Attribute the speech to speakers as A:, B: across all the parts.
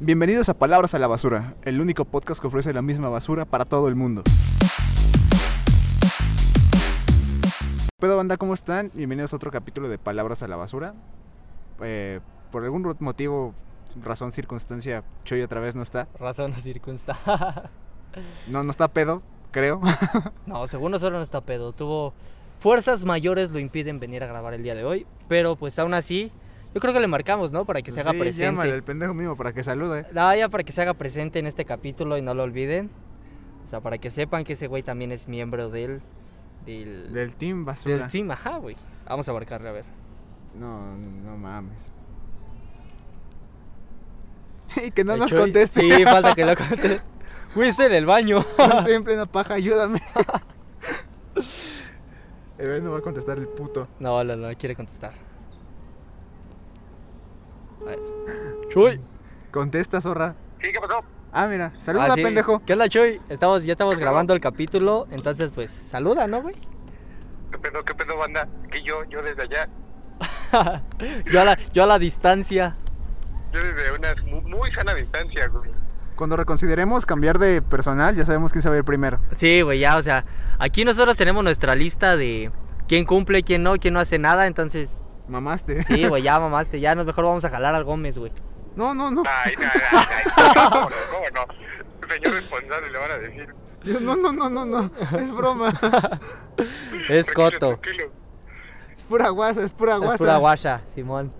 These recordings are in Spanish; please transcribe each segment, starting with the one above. A: Bienvenidos a Palabras a la Basura, el único podcast que ofrece la misma basura para todo el mundo. Pedo banda, ¿cómo están? Bienvenidos a otro capítulo de Palabras a la Basura. Eh, por algún ro- motivo, razón, circunstancia, Choy otra vez no está.
B: Razón o circunstancia.
A: No, no está pedo, creo.
B: No, según nosotros no está pedo. Tuvo fuerzas mayores lo impiden venir a grabar el día de hoy, pero pues aún así, yo creo que le marcamos, ¿no? Para que se haga
A: Pues Sí,
B: presente.
A: llámale al pendejo mismo para que salude.
B: No, ya para que se haga presente en este capítulo y no lo olviden. O sea, para que sepan que ese güey también es miembro del del
A: Del team basura.
B: del team, ajá, güey. Vamos a marcarle a ver.
A: No, no mames. y que no
B: El
A: nos
B: Chuy-
A: conteste.
B: Sí, falta que lo conteste. Güey, está en el baño.
A: Estoy en plena paja, ayúdame. El güey no va a contestar el puto.
B: No, no, no quiere contestar. A ver. Chuy.
A: Contesta, zorra.
C: Sí, ¿qué pasó?
A: Ah, mira, saluda,
B: Ah, sí.
A: pendejo.
B: ¿Qué onda, Chuy? Estamos, ya estamos grabando el capítulo, entonces pues saluda, ¿no, güey?
C: ¿Qué pedo, qué pedo, banda? Aquí yo, yo desde allá,
B: yo, a la, yo a la distancia.
C: yo desde una mu- muy sana distancia, güey.
A: Cuando reconsideremos cambiar de personal, ya sabemos quién se va a ir primero.
B: Sí, güey, ya, o sea, aquí nosotros tenemos nuestra lista de quién cumple, quién no, quién no hace nada, entonces...
A: Mamaste.
B: Sí, güey, ya mamaste, ya nos mejor vamos a jalar al Gómez, güey.
A: No, no, no.
C: Ay, ay, ay, ay, ¿cómo no? ¿Cómo no? Señor responsable, le van a decir.
A: Yo- No, no, no, no, no. Es broma.
B: Es
C: Tranquilo,
B: Coto.
C: tranquilo.
A: Es pura guasa, es pura guasa.
B: Es pura guasha, Simón.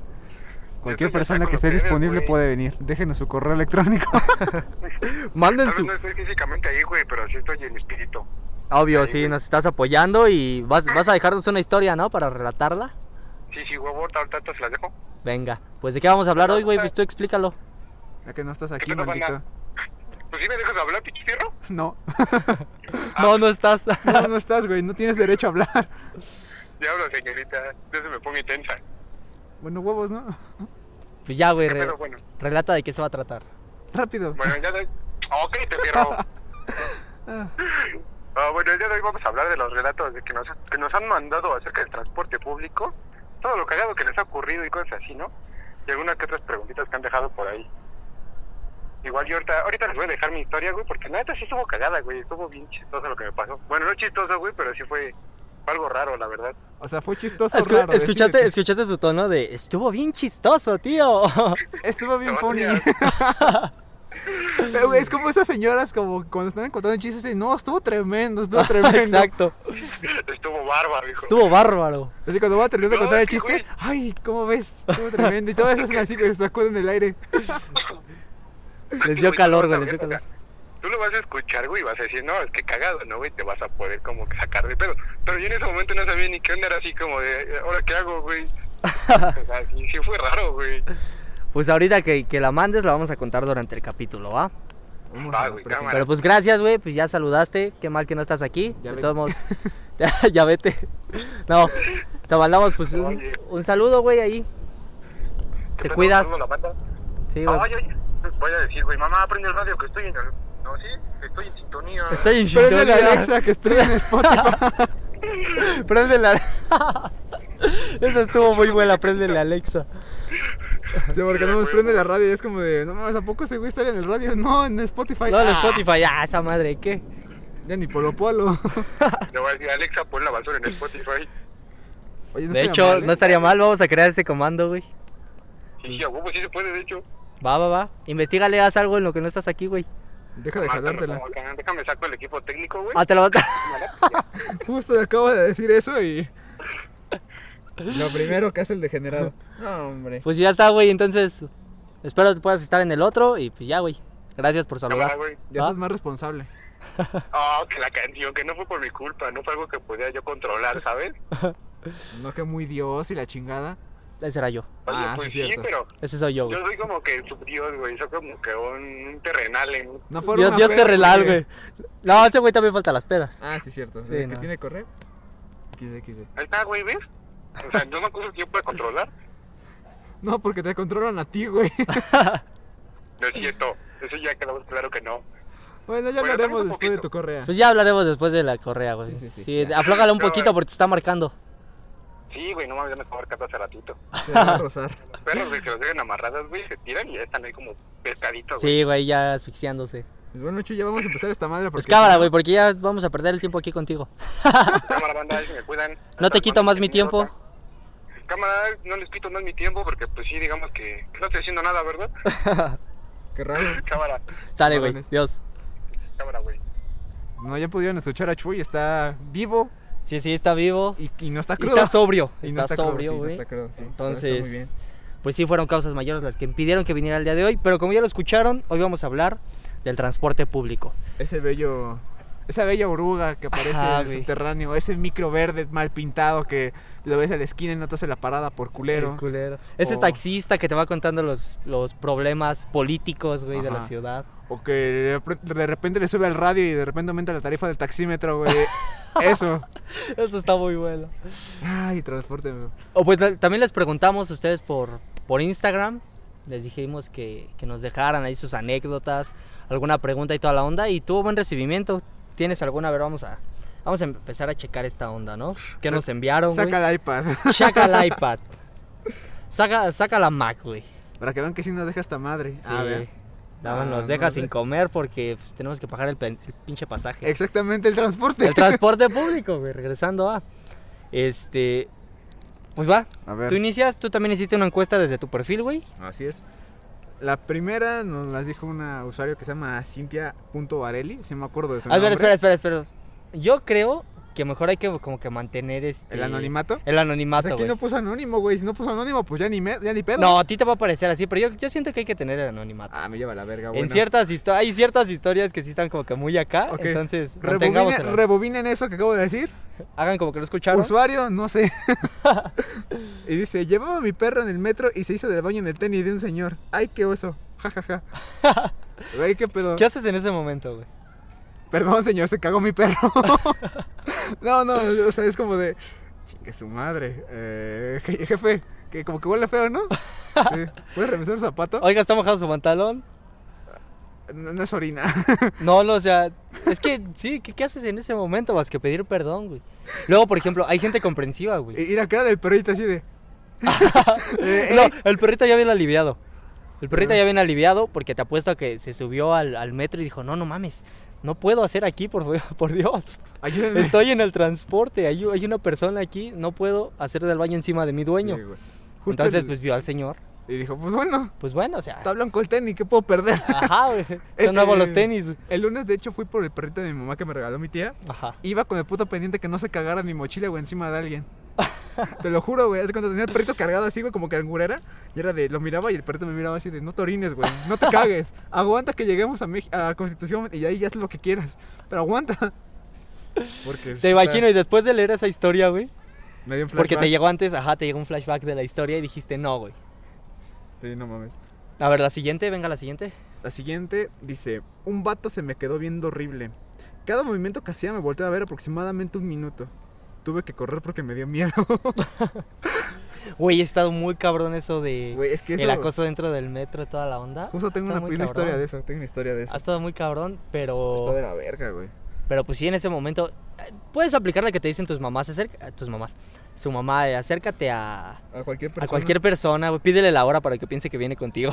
A: Cualquier
C: Yo estoy
A: persona que
C: acá con
A: esté
C: ustedes,
A: disponible
C: güey.
A: puede venir. Déjenos su correo electrónico.
C: Tal
B: Manden
C: vez
B: su...
C: no estoy físicamente ahí, güey, pero sí estoy en espíritu.
B: Obvio, sí, nos estás apoyando y vas, vas a dejarnos una historia, ¿no? Para relatarla.
C: Sí, sí, huevo, ahorita ahorita se las dejo.
B: Venga, pues ¿de qué vamos a hablar hoy, güey? Pues tú explícalo.
A: Ya que no estás aquí,
C: pedo,
A: maldito.
C: banda? Pues sí, me dejas hablar, pinche fierro.
A: No.
C: Ah,
B: No, no estás.
A: No, no estás, güey. No tienes derecho a hablar.
C: Diablo, señorita, ya se me pone intensa.
A: Bueno, huevos, ¿no?
B: Pues ya, güey,
C: ¿Qué
B: re-
C: pedo, bueno?
B: relata de qué se va a tratar.
A: Rápido.
C: Bueno, ya doy. Ok, te fierro. Ah, bueno, el día de hoy vamos a hablar de los relatos de que, nos, que nos han mandado acerca del transporte público, todo lo cagado que les ha ocurrido y cosas así, ¿no? Y algunas que otras preguntitas que han dejado por ahí. Igual yo ahorita, ahorita les voy a dejar mi historia, güey, porque la neta sí estuvo cagada, güey, estuvo bien chistoso lo que me pasó. Bueno, no chistoso, güey, pero sí fue algo raro, la verdad.
A: O sea, fue chistoso.
B: Escu-
A: raro,
B: escuchaste,
A: decídete.
B: escuchaste su tono de estuvo bien chistoso, tío.
A: Estuvo bien
C: No,
A: funny.
C: ya.
A: Pero, güey, es como esas señoras, como cuando están encontrando chistes, dicen, no, estuvo tremendo, estuvo tremendo.
B: Exacto.
C: Estuvo bárbaro, hijo.
B: Estuvo bárbaro.
A: Así cuando va a terminar de
C: No,
A: contar el
C: es que,
A: chiste,
C: güey.
A: ay, ¿cómo ves? Estuvo tremendo. Y todas hacen así, güey, se sacuden el aire.
B: Les dio
C: Güey,
B: calor,
C: tú
B: güey,
C: lo
B: les dio
C: vas a ver,
B: calor.
C: o sea, Tú lo vas a escuchar, güey, y vas a decir, no, es que cagado, ¿no, güey? Te vas a poder como que sacar de pedo. Pero yo en ese momento no sabía ni qué onda, era así como de, "Eh, ¿ahora qué hago, güey? o sea, sí, sí fue raro, güey.
B: Pues ahorita que, que la mandes la vamos a contar durante el capítulo, ¿va?
A: Vamos
C: Va,
A: a
C: güey,
A: presentar.
C: cámara.
B: Pero pues gracias, güey, pues ya saludaste. Qué mal que no estás aquí.
A: Ya
B: de
A: vete.
B: todos modos, ya, ya vete. No, te mandamos pues un,
C: Oye.
B: un saludo, güey, ahí.
C: ¿Qué
B: Te
C: pedo,
B: cuidas.
C: saludo a la banda?
B: Sí, güey.
C: Ay, ay, voy a decir, güey, mamá, prende el radio que estoy en el... No, sí, estoy en sintonía.
B: Estoy en
A: Prende la
B: sintonía.
A: Alexa que estoy en Spotify.
B: Prende la. Esa estuvo muy buena, prende la Alexa.
A: Sí, porque no nos prende la radio. y Es como de, no mames, ¿a poco ese güey estaría en el radio? No, en Spotify.
B: No, en
A: Ah,
B: Spotify, ah, esa madre, ¿qué?
A: Ya ni Polo Polo.
C: Le voy a decir, Alexa, pon la basura en Spotify.
A: Oye,
B: de
A: estaría
B: hecho,
A: mal, ¿eh?
B: no estaría mal, vamos a crear ese comando, güey.
C: Sí, sí, a huevo, sí se puede, de hecho.
B: Va, va, va. Investígale, haz algo en lo que no estás aquí, güey.
A: Deja de
C: Mátame,
A: jalártela.
C: como que- Déjame saco el equipo técnico, güey.
B: Ah, te lo vas
A: Justo acabo de decir eso y. Lo primero que hace el degenerado. No, hombre.
B: Pues ya está, güey, entonces. Espero que puedas estar en el otro y pues ya, güey. Gracias por
C: Cámara,
B: saludar.
C: güey.
A: Ya
B: ¿Ah?
A: sos más responsable.
C: Ah, que la canción, que no fue por mi culpa, no fue algo que podía yo controlar, ¿sabes?
A: No, que muy Dios y la chingada.
B: Ese era yo.
C: Oye,
A: Ah,
C: pues
A: sí,
C: sí,
A: cierto.
C: pero
B: Ese soy yo, güey.
C: yo soy como que su dios, güey. Soy como que un terrenal en...
A: No fueron
B: Dios,
A: una
B: Dios
A: peda,
B: terrenal, güey. No, ese güey también falta las pedas.
A: Ah, sí, cierto.
B: Sí,
A: ¿El que
B: no.
A: tiene correo? Quise, quise.
C: Ahí está, güey, ¿ves? O sea, no me acuerdo quién puede controlar.
A: No, porque te controlan a ti, güey.
C: No es cierto. Eso ya quedamos claro que no.
A: Bueno, ya
C: Bueno,
A: hablaremos
C: también un
A: después de
C: poquito.
A: tu correa.
B: Pues ya hablaremos después de la correa, güey.
A: Sí,
B: Sí,
A: sí, sí.
B: aflójala un
C: Pero,
B: poquito
C: eh,
B: porque te está marcando.
C: Sí, güey, no mames, ya me estaba marcando hace ratito.
A: Se va a rozar.
C: perros, güey, que los dejan amarradas, güey, se tiran y ya están ahí como pescaditos, güey.
B: Sí, güey, ya asfixiándose.
A: Pues Bueno, Chuy, ya vamos a empezar esta madre.
B: Pues
A: porque-
B: cámara, güey, porque ya vamos a perder el tiempo aquí contigo.
C: Cámara, banda, ahí se me cuidan.
B: No te
C: Hasta
B: quito
C: el
B: más mi
C: próximo
B: tiempo.
C: minuto. Cámara, no les quito más mi tiempo porque, pues sí, digamos que, que no estoy haciendo nada, ¿verdad?
A: Qué raro.
C: cámara,
B: Sale, güey.
A: Cabrones.
B: Dios.
C: cámara, güey.
A: No, ya pudieron escuchar a Chuy, está vivo
B: Sí, sí, está vivo.
A: y, y no está
B: Y
A: crudo.
B: está sobrio.
A: Y no
B: está,
A: crudo,
B: sobrio,
A: sí, no
B: güey.
A: está crudo, sí, pero está muy bien.
B: Entonces, pues sí fueron causas mayores las que impidieron que viniera el día de hoy. Pero como ya lo escucharon, hoy vamos a hablar del transporte público.
A: Ese bello. Esa bella oruga que aparece
B: Ajá,
A: en el
B: güey.
A: subterráneo, ese micro verde mal pintado que lo ves a la esquina y no te hace la parada por culero.
B: El culero. Oh. Ese
A: O-
B: taxista que te va contando los, los problemas políticos, güey, de la
A: Ajá.
B: ciudad.
A: O que de repre- de repente le sube al radio y de repente aumenta la tarifa del taxímetro, güey. Eso.
B: Eso está muy bueno.
A: Ay, transporte. güey.
B: O pues la- también les preguntamos a ustedes por, por Instagram. Les dijimos que, que nos dejaran ahí sus anécdotas, alguna pregunta y toda la onda. Y tuvo buen recibimiento. ¿Tienes alguna? A ver, vamos a, vamos a empezar a checar esta onda, ¿no? ¿Qué
A: Sa-
B: nos enviaron, güey?
A: Saca el iPad.
B: Saca el iPad. Saca, saca la Mac, güey.
A: Para que vean que si nos deja esta madre.
B: Sí.
A: A ver.
B: Nada,
A: Ah,
B: nos
A: no
B: deja
A: nos
B: sin
A: deja.
B: comer porque pues, tenemos que pagar el, pen- el pinche pasaje.
A: Exactamente el transporte.
B: El transporte público, güey. Regresando a. Este. Pues va.
A: a
B: Tú
A: ver.
B: inicias, tú también hiciste una encuesta desde tu perfil, güey.
A: Así es. La primera nos las dijo una usuario que se llama Cintia.areli. Si me acuerdo de su
B: A ver,
A: nombre.
B: espera, espera, espera. Yo creo que mejor hay que como que mantener este.
A: El anonimato.
B: El
A: O
B: anonimato,
A: sea, aquí
B: güey.
A: no puso anónimo, güey. Si no puso anónimo, pues ya ni, me- ya ni pedo.
B: No, a ti te va a parecer así, pero yo, yo siento que hay que tener el anonimato.
A: Ah, me lleva la verga, güey.
B: en ciertas historias, hay ciertas historias que sí están como que muy acá,
A: Ok.
B: entonces mantengamos
A: Rebobinen, rebobinen eso que acabo de decir.
B: Hagan como que no escucharon.
A: Usuario, no sé. y dice, llevaba a mi perro en el metro y se hizo del baño en el tenis de un señor. Ay, qué oso. Ja, ja, ja. Güey, qué pedo.
B: ¿Qué haces en ese momento, güey?
A: Perdón, señor, se cagó mi perro. no, no, o sea, es como de... Chingue su madre. Eh, je- jefe, que como que huele feo, ¿no? Sí. ¿Puedes revisar el zapato?
B: Oiga, está mojado su pantalón.
A: No, no es orina.
B: No, no, o sea, es que sí, ¿qué, qué haces en ese momento? Vas que pedir perdón, güey. Luego, por ejemplo, hay gente comprensiva, güey.
A: y, y la cara del perrito así de... Eh,
B: No,
A: eh,
B: el perrito ya viene aliviado. El perrito
A: Ah.
B: ya viene aliviado porque te apuesto a que se subió al, al metro y dijo, no, no mames, no puedo hacer aquí, por, fu- por Dios.
A: ayúdenme.
B: Estoy en el transporte, hay, hay una persona aquí, no puedo hacer del baño encima de mi dueño.
A: Sí, güey. Justo
B: Entonces,
A: el-
B: pues vio al señor.
A: Y dijo, pues bueno,
B: Pues bueno, o sea...
A: está blanco el tenis, ¿qué puedo perder?
B: Ajá, güey.
A: Eh,
B: Son nuevos los tenis.
A: El lunes, de hecho, fui por el perrito de mi mamá que me regaló mi tía.
B: Ajá.
A: Iba con el puto pendiente que no se cagara mi mochila, güey, encima de alguien. Te lo juro, güey. Hace cuando tenía el perrito cargado así, güey, como cangurera. Y era de, lo miraba y el perrito me miraba así de, no te orines, güey. No te cagues. Aguanta que lleguemos a, Mex- a Constitución y ahí ya es lo que quieras. Pero aguanta. Porque
B: Te
A: está-
B: imagino, y después de leer esa historia, güey,
A: Me dio un
B: porque te
A: flashback.
B: llegó antes, ajá, te llegó un flashback de la historia y dijiste, no, güey.
A: Sí, no mames.
B: A ver, la siguiente, venga la siguiente.
A: La siguiente dice, un vato se me quedó viendo horrible. Cada movimiento que hacía me volteaba a ver aproximadamente un minuto. Tuve que correr porque me dio miedo.
B: Güey, he estado muy cabrón eso de
A: Güey, es que eso...
B: el acoso dentro del metro, toda la onda.
A: Justo tengo
B: Está
A: una,
B: muy
A: una historia
B: cabrón.
A: de eso, tengo una historia de eso.
B: Ha estado muy cabrón,
A: Está de
B: pero
A: la verga, güey.
B: pero pues sí en ese momento eh, puedes aplicar la que te dicen tus mamás, acerca, eh, tus mamás, su mamá, eh, acércate a
A: A cualquier persona.
B: A cualquier persona, güey, pídele la hora para que piense que viene contigo.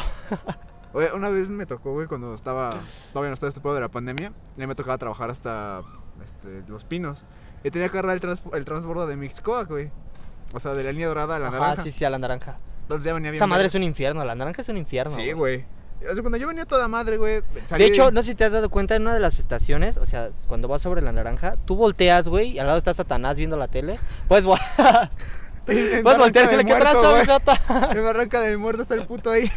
A: Güey, una vez me tocó, güey, cuando estaba. Todavía no estaba este pedo de la pandemia. Ya me tocaba trabajar hasta este, Los Pinos. Y tenía que agarrar el, transbo- el transbordo de Mixcoac, güey. O sea, de la línea dorada a la
B: Ajá,
A: naranja.
B: sí, sí, a la naranja.
A: Entonces ya venía bien.
B: Esa madre
A: verga.
B: es un infierno, la naranja es un infierno.
A: Sí, güey. O sea, cuando yo venía toda madre, güey. salí
B: De hecho, no sé si te has dado cuenta en una de las estaciones, o sea, cuando vas sobre la naranja, tú volteas, güey, y al lado está Satanás viendo la tele. Puedes, vo-
A: en
B: puedes
A: Barranca
B: voltear
A: del
B: y decirle, ¿qué
A: Muerto,
B: tranza,
A: güey.
B: mi Satan?
A: En Barranca del Muerto está el puto ahí.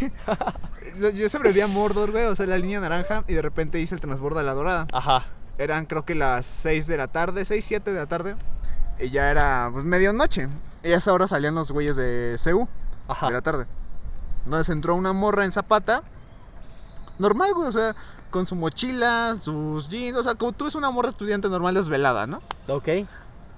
A: Yo- Yo siempre vi a Mordor, güey, o sea, la línea naranja. Y de repente hice el transbordo a la dorada.
B: Ajá.
A: Eran creo que las 6 de la tarde, 6, 7 de la tarde. Y ya era pues, medianoche. Y a esa hora salían los güeyes de CU de la
B: Ajá.
A: tarde. Entonces entró una morra en zapata. Normal, güey, o sea, con su mochila, sus jeans. O sea, como tú ves una morra estudiante normal desvelada, ¿no?
B: Ok.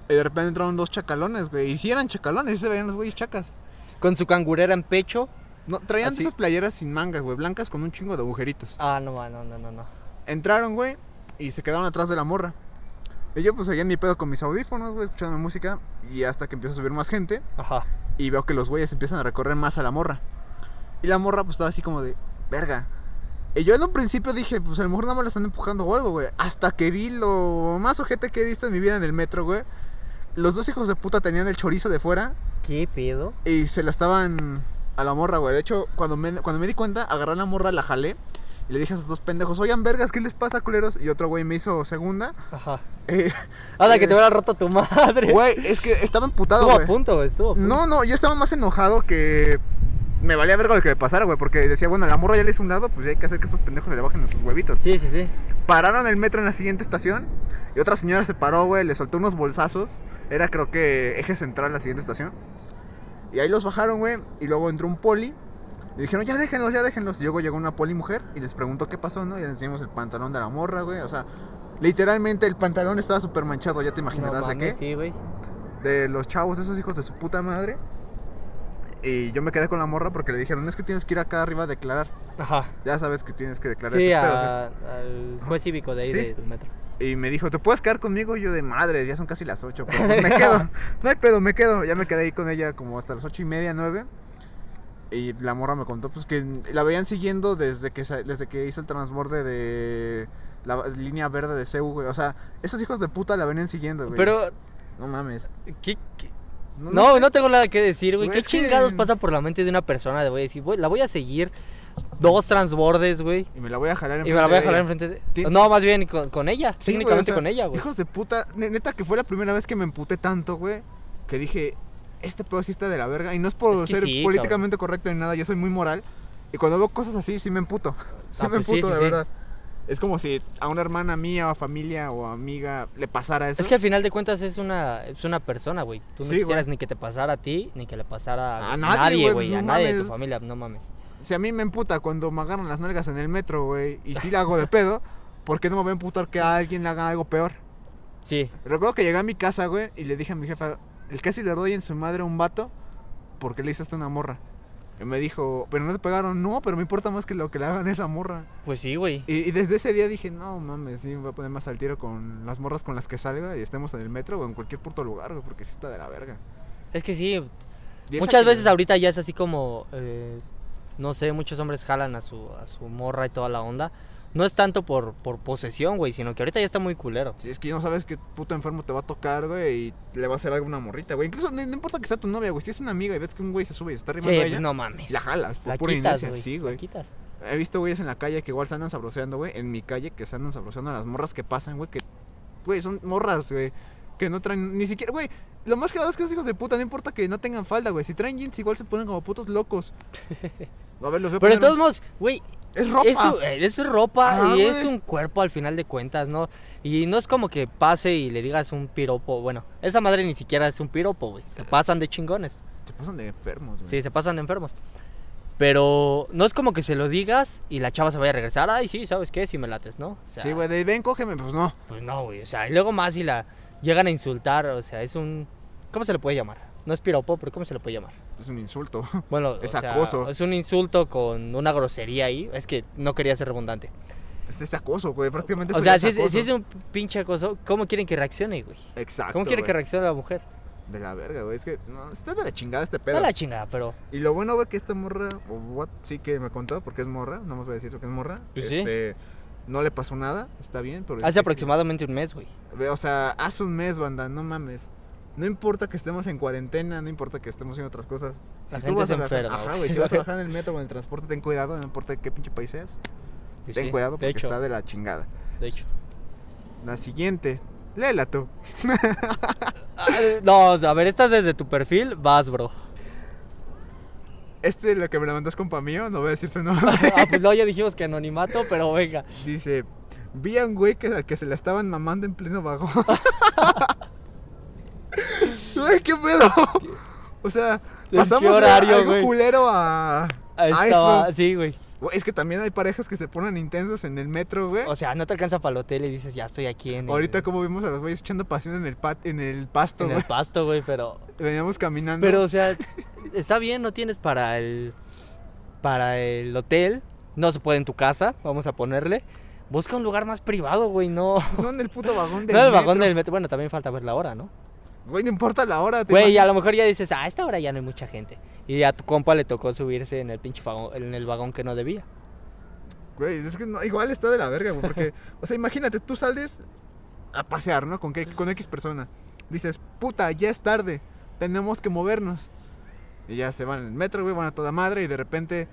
A: Y de repente entraron dos chacalones, güey. Y sí eran chacalones, sí se veían los güeyes chacas.
B: Con su cangurera en pecho.
A: No, traían
B: Así.
A: esas playeras sin mangas, güey, blancas con un chingo de agujeritos.
B: Ah, no, ma, no, no, no, no.
A: Entraron, güey, y se quedaron atrás de la morra. Y yo, pues, seguía en mi pedo con mis audífonos, güey, escuchando música. Y hasta que empieza a subir más gente.
B: Ajá.
A: Y veo que los güeyes empiezan a recorrer más a la morra. Y la morra pues estaba así como de, verga. Y yo en un principio dije, pues a lo mejor no me la están empujando o algo, güey. Hasta que vi lo más ojete que he visto en mi vida en el metro, güey. Los dos hijos de puta tenían el chorizo de fuera
B: ¿Qué pedo?
A: y se la estaban a la morra, güey. De hecho, cuando me, cuando me di cuenta, agarré a la morra, la jalé y le dije a esos dos pendejos, oigan, vergas, ¿qué les pasa, culeros? Y otro güey me hizo segunda.
B: Ajá.
A: Eh,
B: Ahora que
A: eh,
B: te hubiera roto tu madre.
A: Güey, es que estaba emputado,
B: estuvo a
A: güey.
B: punto, güey, estuvo. a punto.
A: No, no, yo estaba más enojado que me valía verga lo que me pasara, güey, porque decía, bueno, la morra ya le hizo un lado, pues ya hay que hacer que esos pendejos se le bajen a sus huevitos.
B: Sí, sí, sí.
A: Pararon el metro en la siguiente estación y otra señora se paró, güey, le soltó unos bolsazos. Era creo que eje central la siguiente estación. Y ahí los bajaron, güey, y luego entró un poli. Y dijeron, ya déjenlos, ya déjenlos. Y luego llegó una poli mujer y les preguntó qué pasó, ¿no? Y les enseñamos el pantalón de la morra, güey. O sea, literalmente el pantalón estaba súper manchado, ya te imaginarás
B: No
A: de qué
B: mames, Sí, güey.
A: de los chavos, esos hijos de su puta madre. Y yo me quedé con la morra porque le dijeron, es que tienes que ir acá arriba a declarar.
B: Ajá.
A: Ya sabes que tienes que declarar.
B: Sí,
A: esos pedos, eh.
B: a- al juez cívico de ahí
A: ¿Sí?
B: del metro.
A: ¿eh?". Y me dijo, ¿te puedes quedar conmigo? Y yo de madre, ya son casi las 8. Pero pues me quedo. No hay pedo, me quedo. Ya me quedé ahí con ella como hasta las ocho y media, 9. Y la morra me contó pues que la veían siguiendo desde que, sa- desde que hizo el transborde de la línea verde de CEU, güey. O sea, esos hijos de puta la venían siguiendo, güey.
B: Pero,
A: No mames.
B: ¿qué? qué- No, no tengo nada que decir, güey.
A: No,
B: ¿Qué
A: es que-
B: chingados pasa por la mente de una persona? Le voy a decir, güey, la voy a seguir dos transbordes, güey.
A: Y me la voy a jalar
B: Y me la voy a
A: enfrente de
B: jalar
A: ella.
B: enfrente
A: Ti-
B: de... No, más bien con, con ella.
A: Sí, güey,
B: técnicamente
A: o sea,
B: con ella, güey.
A: Hijos de puta, ne- neta que fue la primera vez que me emputé tanto, güey, que dije, este pedo sí está de la verga. Y no es por
B: Es que
A: ser
B: sí,
A: políticamente correcto ni nada, yo soy muy moral. Y cuando veo cosas así, sí me emputo. Sí
B: Ah,
A: me
B: pues sí,
A: emputo,
B: sí,
A: de
B: sí.
A: verdad. Es como si a una hermana mía o a familia o amiga le pasara eso.
B: Es que al final de cuentas es una, es una persona, güey. Tú no
A: Sí,
B: quisieras
A: güey.
B: ni que te pasara a ti, ni que le pasara
A: A
B: a,
A: nadie,
B: nadie,
A: güey, pues
B: güey. A
A: no
B: nadie de tu
A: mames.
B: familia, no mames.
A: Si a mí me emputa cuando me agarran las nalgas en el metro, güey, y sí la hago de pedo, ¿por qué no me voy a emputar que a alguien le haga algo peor?
B: Sí.
A: Recuerdo que llegué a mi casa, güey, y le dije a mi jefa, el casi le doy en su madre a un vato porque le hice hasta una morra. Y me dijo, pero no te pegaron, no, pero me importa más que lo que le hagan a esa morra.
B: Pues sí, güey.
A: Y, y desde ese día dije, no mames, sí, me voy a poner más al tiro con las morras con las que salga y estemos en el metro o en cualquier puto lugar, güey, porque sí está de la verga.
B: Es que sí.
A: Y esa
B: Muchas
A: que-
B: veces ahorita ya es así como, eh, no sé, muchos hombres jalan a su, a su morra y toda la onda. No es tanto por, por posesión, güey, sino que ahorita ya está muy culero.
A: Si es que no sabes qué puto enfermo te va a tocar, güey, y le va a hacer algo a una morrita, güey. Incluso no, no importa que sea tu novia, güey, si es una amiga y ves que un güey se sube y se está
B: Sí,
A: arrimando a
B: pues
A: ella,
B: no mames.
A: la jalas, por
B: La
A: pura
B: quitas,
A: inercia,
B: güey.
A: sí,
B: La
A: güey.
B: quitas.
A: He visto güeyes en la calle que igual se andan sabroseando, güey. En mi calle que se andan sabroseando a las morras que pasan, güey. Que, güey, son morras, güey. Que no traen ni siquiera, güey. Lo más que es que esos hijos de puta, no importa que no tengan falda, güey. Si traen jeans, igual se ponen como putos locos. A ver, los veo
B: Pero de todos modos, güey,
A: Es ropa.
B: Es, su- eh, es su ropa
A: Ajá,
B: y
A: güey.
B: es un cuerpo al final de cuentas, ¿no? Y no es como que pase y le digas un piropo. Bueno, esa madre ni siquiera es un piropo, güey. Se pasan de chingones.
A: Se pasan de enfermos, güey.
B: Sí, se pasan de enfermos. Pero no es como que se lo digas y la chava se vaya a regresar. Ay, sí, ¿sabes qué? Si me lates, ¿no? O sea,
A: Sí, güey, de ven, cógeme. Pues no.
B: Pues no, güey. O sea, y luego más si la llegan a insultar. O sea, es un. ¿Cómo se le puede llamar? No es piropo, pero ¿cómo se le puede llamar?
A: Es un insulto.
B: Bueno,
A: Es
B: o sea,
A: acoso.
B: Es un insulto con una grosería ahí. Es que no quería ser redundante.
A: Es, es acoso, güey. Prácticamente
B: O
A: eso
B: sea,
A: ya
B: si es,
A: acoso.
B: si es un pinche acoso, ¿cómo quieren que reaccione, güey?
A: Exacto.
B: ¿Cómo quieren que
A: güey.
B: reaccione la mujer?
A: De la verga, güey. Es que. No, está de la chingada este pedo.
B: Está la chingada, pero.
A: Y lo bueno, güey, que esta morra, o what, sí que me contó, porque es morra, no más voy a decir lo que es morra.
B: Pues sí.
A: este, No le pasó nada, está bien. Pero
B: Hace
A: es que sí-
B: aproximadamente un mes, güey.
A: Ve, O sea, hace un mes, banda, no mames. No importa que estemos en cuarentena, no importa que estemos haciendo otras cosas.
B: La
A: tú
B: gente
A: vas
B: se
A: a viajar-
B: enferma,
A: Ajá,
B: güey.
A: güey. Si vas a bajar en el metro o en el transporte, ten cuidado, no importa de qué pinche país seas.
B: Pues
A: ten
B: sí,
A: cuidado porque
B: de hecho,
A: está de la chingada.
B: de hecho.
A: La siguiente, léela tú.
B: Ah, no, o sea, a ver, estás desde tu perfil, vas, bro.
A: Este es lo que me la mandas compa mío, no voy a decir su nombre.
B: Ah, pues no, ya dijimos que anonimato, pero venga.
A: Dice, vi a un güey que, al que se la estaban mamando en pleno vagón. Güey, qué pedo. O sea,
B: ¿En
A: pasamos
B: qué horario,
A: de algo
B: güey?
A: culero a, a
B: Ahí estaba,
A: Ah, eso.
B: sí, güey.
A: Güey, Es que también hay parejas que se ponen intensos en el metro, güey.
B: O sea, no te alcanza para el hotel y dices, ya estoy aquí en el,
A: Ahorita como vimos a los güeyes echando pasión en el, pat- en el pasto,
B: en
A: güey.
B: el pasto, güey, pero.
A: Veníamos caminando.
B: Pero, o sea, está bien, no tienes para el. Para el hotel. No se puede en tu casa, vamos a ponerle. Busca un lugar más privado, güey, no.
A: No en el puto vagón del
B: No el vagón
A: metro.
B: del metro. Bueno, también falta ver la hora, ¿no?
A: Güey, no importa la hora. te
B: Güey,
A: imagino.
B: a lo mejor ya dices, ah, a esta hora ya no hay mucha gente. Y a tu compa le tocó subirse en el pinche vagón, en el vagón que no debía.
A: Güey, es que no- igual está de la verga, güey. Porque, o sea, imagínate, tú sales a pasear, ¿no? Con, qué- con X persona. Dices, puta, ya es tarde. Tenemos que movernos. Y ya se van en el metro, güey, van a toda madre. Y de repente,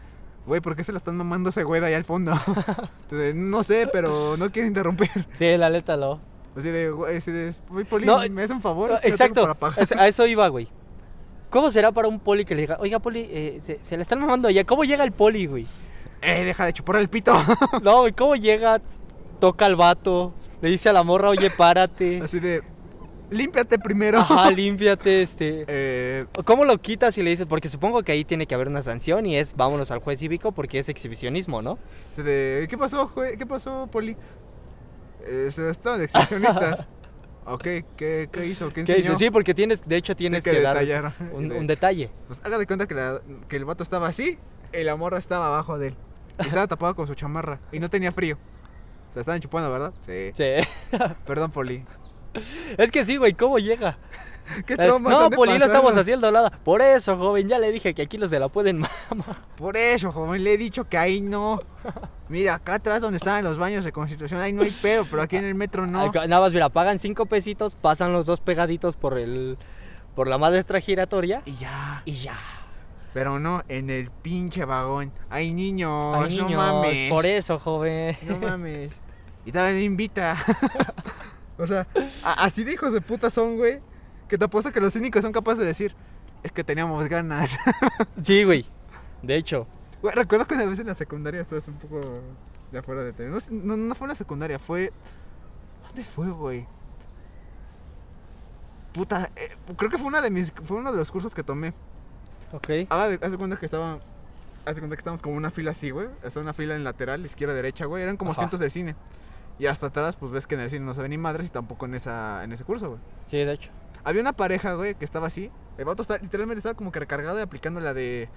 A: güey, ¿por qué se la están mamando ese güey de ahí al fondo? Entonces, no sé, pero no quiero interrumpir.
B: Sí, la neta lo.
A: Así de, güey, así de, güey, Poli,
B: No,
A: ¿me haces un favor? Es que no tengo
B: Exacto,
A: para pagar".
B: es- a eso iba, güey. ¿Cómo será para un poli que le diga, oiga, poli, eh, se, se la están mamando allá? ¿Cómo llega el poli, güey?
A: Eh, deja de chupar el pito.
B: No, güey, ¿cómo llega? Toca al vato, le dice a la morra, oye, párate.
A: Así de, límpiate primero.
B: Ajá, límpiate, este.
A: Eh,
B: ¿Cómo lo quitas y le dices? Porque supongo que ahí tiene que haber una sanción y es vámonos al juez cívico porque es exhibicionismo, ¿no?
A: Así de, ¿qué pasó, jue- ¿Qué pasó, Poli? Eh, se estaban de exhibicionistas. ok, ¿qué, ¿qué hizo? ¿Qué
B: ¿Qué
A: enseñó?
B: dices? Sí, porque tienes, de hecho tienes
A: que
B: que, dar
A: detallar.
B: un, un detalle.
A: Pues haga de cuenta que, la- que el vato estaba así y la morra estaba abajo de él. Y estaba tapado con su chamarra y no tenía frío. Se estaban chupando, ¿verdad? Sí.
B: Sí.
A: Perdón, Poli.
B: Es que sí, güey, ¿cómo llega?
A: ¿Qué
B: Eh,
A: traumas
B: No,
A: han de
B: Poli, lo estamos
A: pasarnos?
B: haciendo hablada. Por eso, joven, ya le dije que aquí los se la pueden mamar.
A: Por eso, joven, le he dicho que ahí no. Mira, acá atrás donde estaban los baños de Constitución, ahí no hay pedo, pero aquí en el metro no.
B: Nada más, mira, pagan cinco pesitos, pasan los dos pegaditos por el por la maestra giratoria
A: Y ya.
B: y ya.
A: Pero no, en el pinche vagón. Hay niños,
B: Ay, niños,
A: no mames.
B: por eso, joven.
A: No mames. Y todavía no invita. o sea, a- así de hijos de puta son, güey. Que te apuesto que los cínicos son capaces de decir, es que teníamos ganas.
B: Sí, güey. De hecho,
A: Güey, recuerdo que una vez en la secundaria estabas un poco de afuera de TV. No, sé, no, no fue en la secundaria, fue. ¿Dónde fue, güey? Puta, eh, creo que fue una de mis. Fue uno de los cursos que tomé.
B: ok.
A: Haga Ah, de- haz de cuenta que estaba. Haz de cuenta que estábamos como una fila así, güey. O sea, una fila en lateral, izquierda, derecha, güey. Eran como
B: Ajá.
A: cientos de cine. Y hasta atrás, pues ves que en el cine no se ven ni madres y tampoco en, esa, en ese curso, güey.
B: Sí, de hecho.
A: Había una pareja, güey, que estaba así. El vato está, literalmente estaba como que recargado y aplicando la de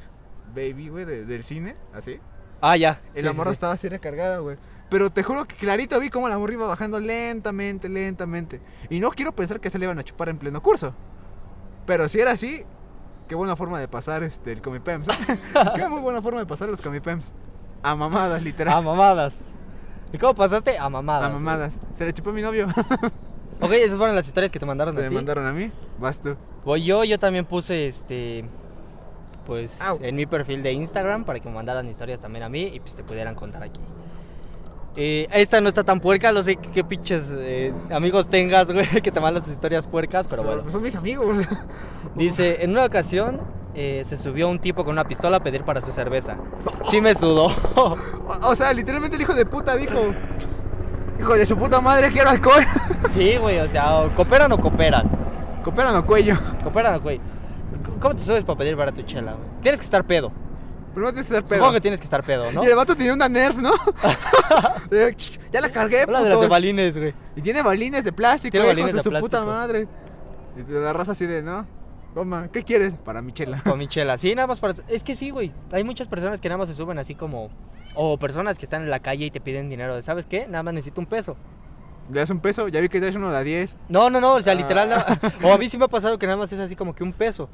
A: Baby, güey, de- del cine, así.
B: Ah, ya.
A: Y
B: Sí,
A: la
B: sí,
A: morra
B: sí.
A: estaba así recargada, güey. Pero te juro que clarito vi cómo la morra iba bajando lentamente, lentamente. Y no quiero pensar que se le iban a chupar en pleno curso. Pero si era así, qué buena forma de pasar este, el Comipems. qué muy buena forma de pasar los Comipems. A mamadas,
B: A
A: literal.
B: mamadas. ¿Y cómo pasaste? A
A: A
B: mamadas.
A: mamadas. Se le chupó a mi novio.
B: Ok, esas fueron las historias que te mandaron a
A: Me
B: ti.
A: mandaron a mí. Vas tú.
B: Voy yo, yo también puse este. Pues
A: Au.
B: en mi perfil de Instagram para que me mandaran historias también a mí y pues te pudieran contar aquí. Eh, esta no está tan puerca, no sé qué, qué pinches eh, amigos tengas, güey, que te mandan las historias puercas, pero bueno.
A: Son mis amigos.
B: Dice, en una ocasión eh, se subió un tipo con una pistola a pedir para su cerveza. Sí me sudó.
A: O, o sea, literalmente el hijo de puta dijo: Hijo de su puta madre, quiero alcohol.
B: sí, güey, o sea, o cooperan o cooperan.
A: Cooperan o cuello.
B: Cooperan, güey. C- ¿Cómo te subes para pedir para tu chela, güey? Tienes que estar pedo.
A: Primero tienes que ser pedo.
B: Supongo que tienes que estar pedo, ¿no?
A: Y el vato tenía una Nerf, ¿no? Eh, ch- ya la cargué,
B: Habla de las
A: putos.
B: de balines, güey.
A: Y tiene balines de plástico, eh,
B: Tiene
A: hijos
B: balines
A: de,
B: de
A: su puta
B: plástico.
A: madre. Y te la raza así de, ¿no? Toma, ¿qué quieres? Para mi chela.
B: Con mi chela. Sí, nada más para. Es que sí, güey. Hay muchas personas que nada más se suben así como. O personas que están en la calle y te piden dinero. de, ¿Sabes qué? Nada más necesito un peso.
A: Le das un peso, ya vi que traes uno de a 10.
B: No, no, no. O sea, literal.
A: Ah.
B: nada- O a mí sí me ha pasado que nada más es así como que un peso.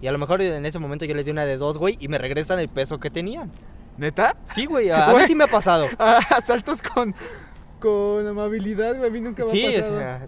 B: Y a lo mejor en ese momento yo le di una de dos, güey, y me regresan el peso que tenían.
A: ¿Neta?
B: Sí, güey. A, a mí
A: Güey.
B: sí me ha pasado.
A: Ah, asaltos con, con amabilidad, güey. A mí nunca me
B: Sí,
A: ha
B: o
A: pasado.
B: sea.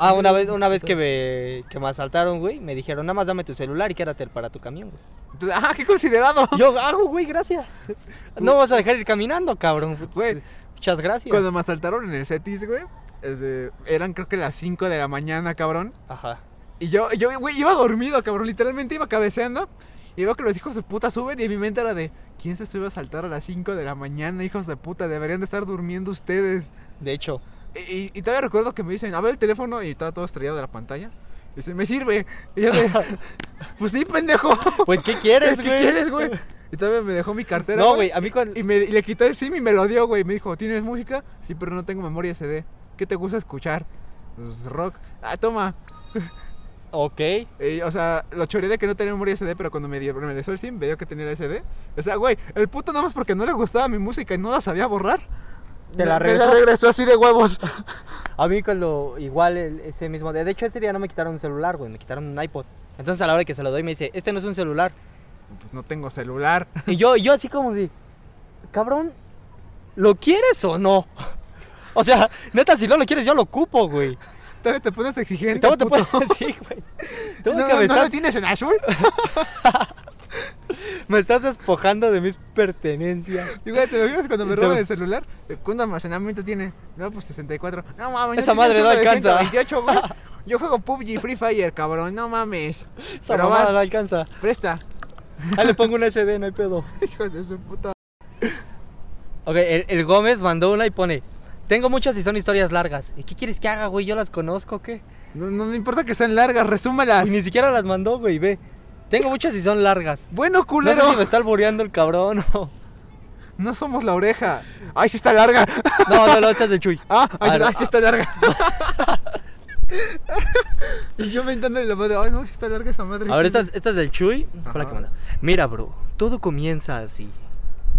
B: Ah, una vez, una vez que me, que me asaltaron, güey, me dijeron, nada más dame tu celular y quédate para tu camión, güey.
A: Entonces, ah, qué considerado.
B: Yo hago, güey, gracias. No vas a dejar ir caminando, cabrón. Pues,
A: Güey,
B: Muchas gracias.
A: Cuando me asaltaron en el Cetis, güey. este, eran creo que las 5 de la mañana, cabrón.
B: Ajá.
A: Y yo, yo, güey, iba dormido, cabrón. Literalmente iba cabeceando. Y veo que los hijos de puta suben. Y en mi mente era de: ¿Quién se sube a saltar a las 5 de la mañana, hijos de puta? Deberían de estar durmiendo ustedes.
B: De hecho,
A: Y, y- y todavía recuerdo que me dicen: A ver el teléfono. Y estaba todo estrellado de la pantalla. Y dice: Me sirve. Y yo de: Pues sí, pendejo.
B: pues ¿qué quieres,
A: ¿Qué
B: güey?
A: quieres, güey? Y todavía me dejó mi cartera.
B: No, güey, a mí cuando
A: Y, me, y le quitó el SIM y me lo dio, güey. Me dijo, ¿tienes música? Sí, pero no tengo memoria SD. ¿Qué te gusta escuchar? Pues, rock. Ah, toma.
B: Ok.
A: Y, Eh, o sea, lo choré de que no tenía memoria SD, pero cuando me dio, me dio el SIM, me dio que tenía la SD. O sea, güey, el puto nada más porque no le gustaba mi música y no la sabía borrar.
B: ¿Te
A: Me
B: la regresó?
A: regresó así de huevos.
B: A mí cuando igual el- ese mismo día, de hecho ese día no me quitaron un celular, güey, me quitaron un iPod. Entonces a la hora que se lo doy me dice, este no es un celular.
A: Pues no tengo celular.
B: Y yo, yo así como de, cabrón, ¿lo quieres o no? O sea, neta, si no lo quieres, yo lo ocupo, güey.
A: Todavía te pones exigente.
B: ¿Cómo te
A: puto.
B: puedes decir, güey?
A: No,
B: Tú que
A: no,
B: me,
A: no lo
B: estás,
A: tienes en azul?
B: me estás despojando de mis pertenencias.
A: Y, güey, ¿te imaginas cuando me
B: Te-
A: roban el celular? ¿Cuánto almacenamiento tiene? No, pues 64. No mames,
B: Esa
A: tienes
B: madre no
A: uno de
B: alcanza.
A: 128, güey. Yo juego PUBG y Free Fire, cabrón, no mames.
B: Esa
A: Pero
B: mamada
A: va.
B: no alcanza.
A: Presta.
B: Ahí le pongo un SD, no hay pedo.
A: Hijos de su puta.
B: Ok, el, el Gómez mandó una y pone, tengo muchas y son historias largas. ¿Y qué quieres que haga, güey? ¿Yo las conozco o qué?
A: No, no me importa que sean largas, resúmalas.
B: Y ni siquiera las mandó, güey, ve. Tengo muchas y son largas.
A: Bueno,
B: No
A: culero.
B: sé si me está alboreando el cabrón o...
A: No somos la oreja. Ay, sí está larga.
B: No, no, no, estás de Chuy.
A: Ah, ay,
B: Ah, no.
A: ay, sí está larga. y yo mentándole la madre. Ay, no, sí está larga esa madre.
B: A ver, esta, es- esta es del Chuy. Fue la
A: Ajá.
B: que mandó. Mira, bro, todo comienza así.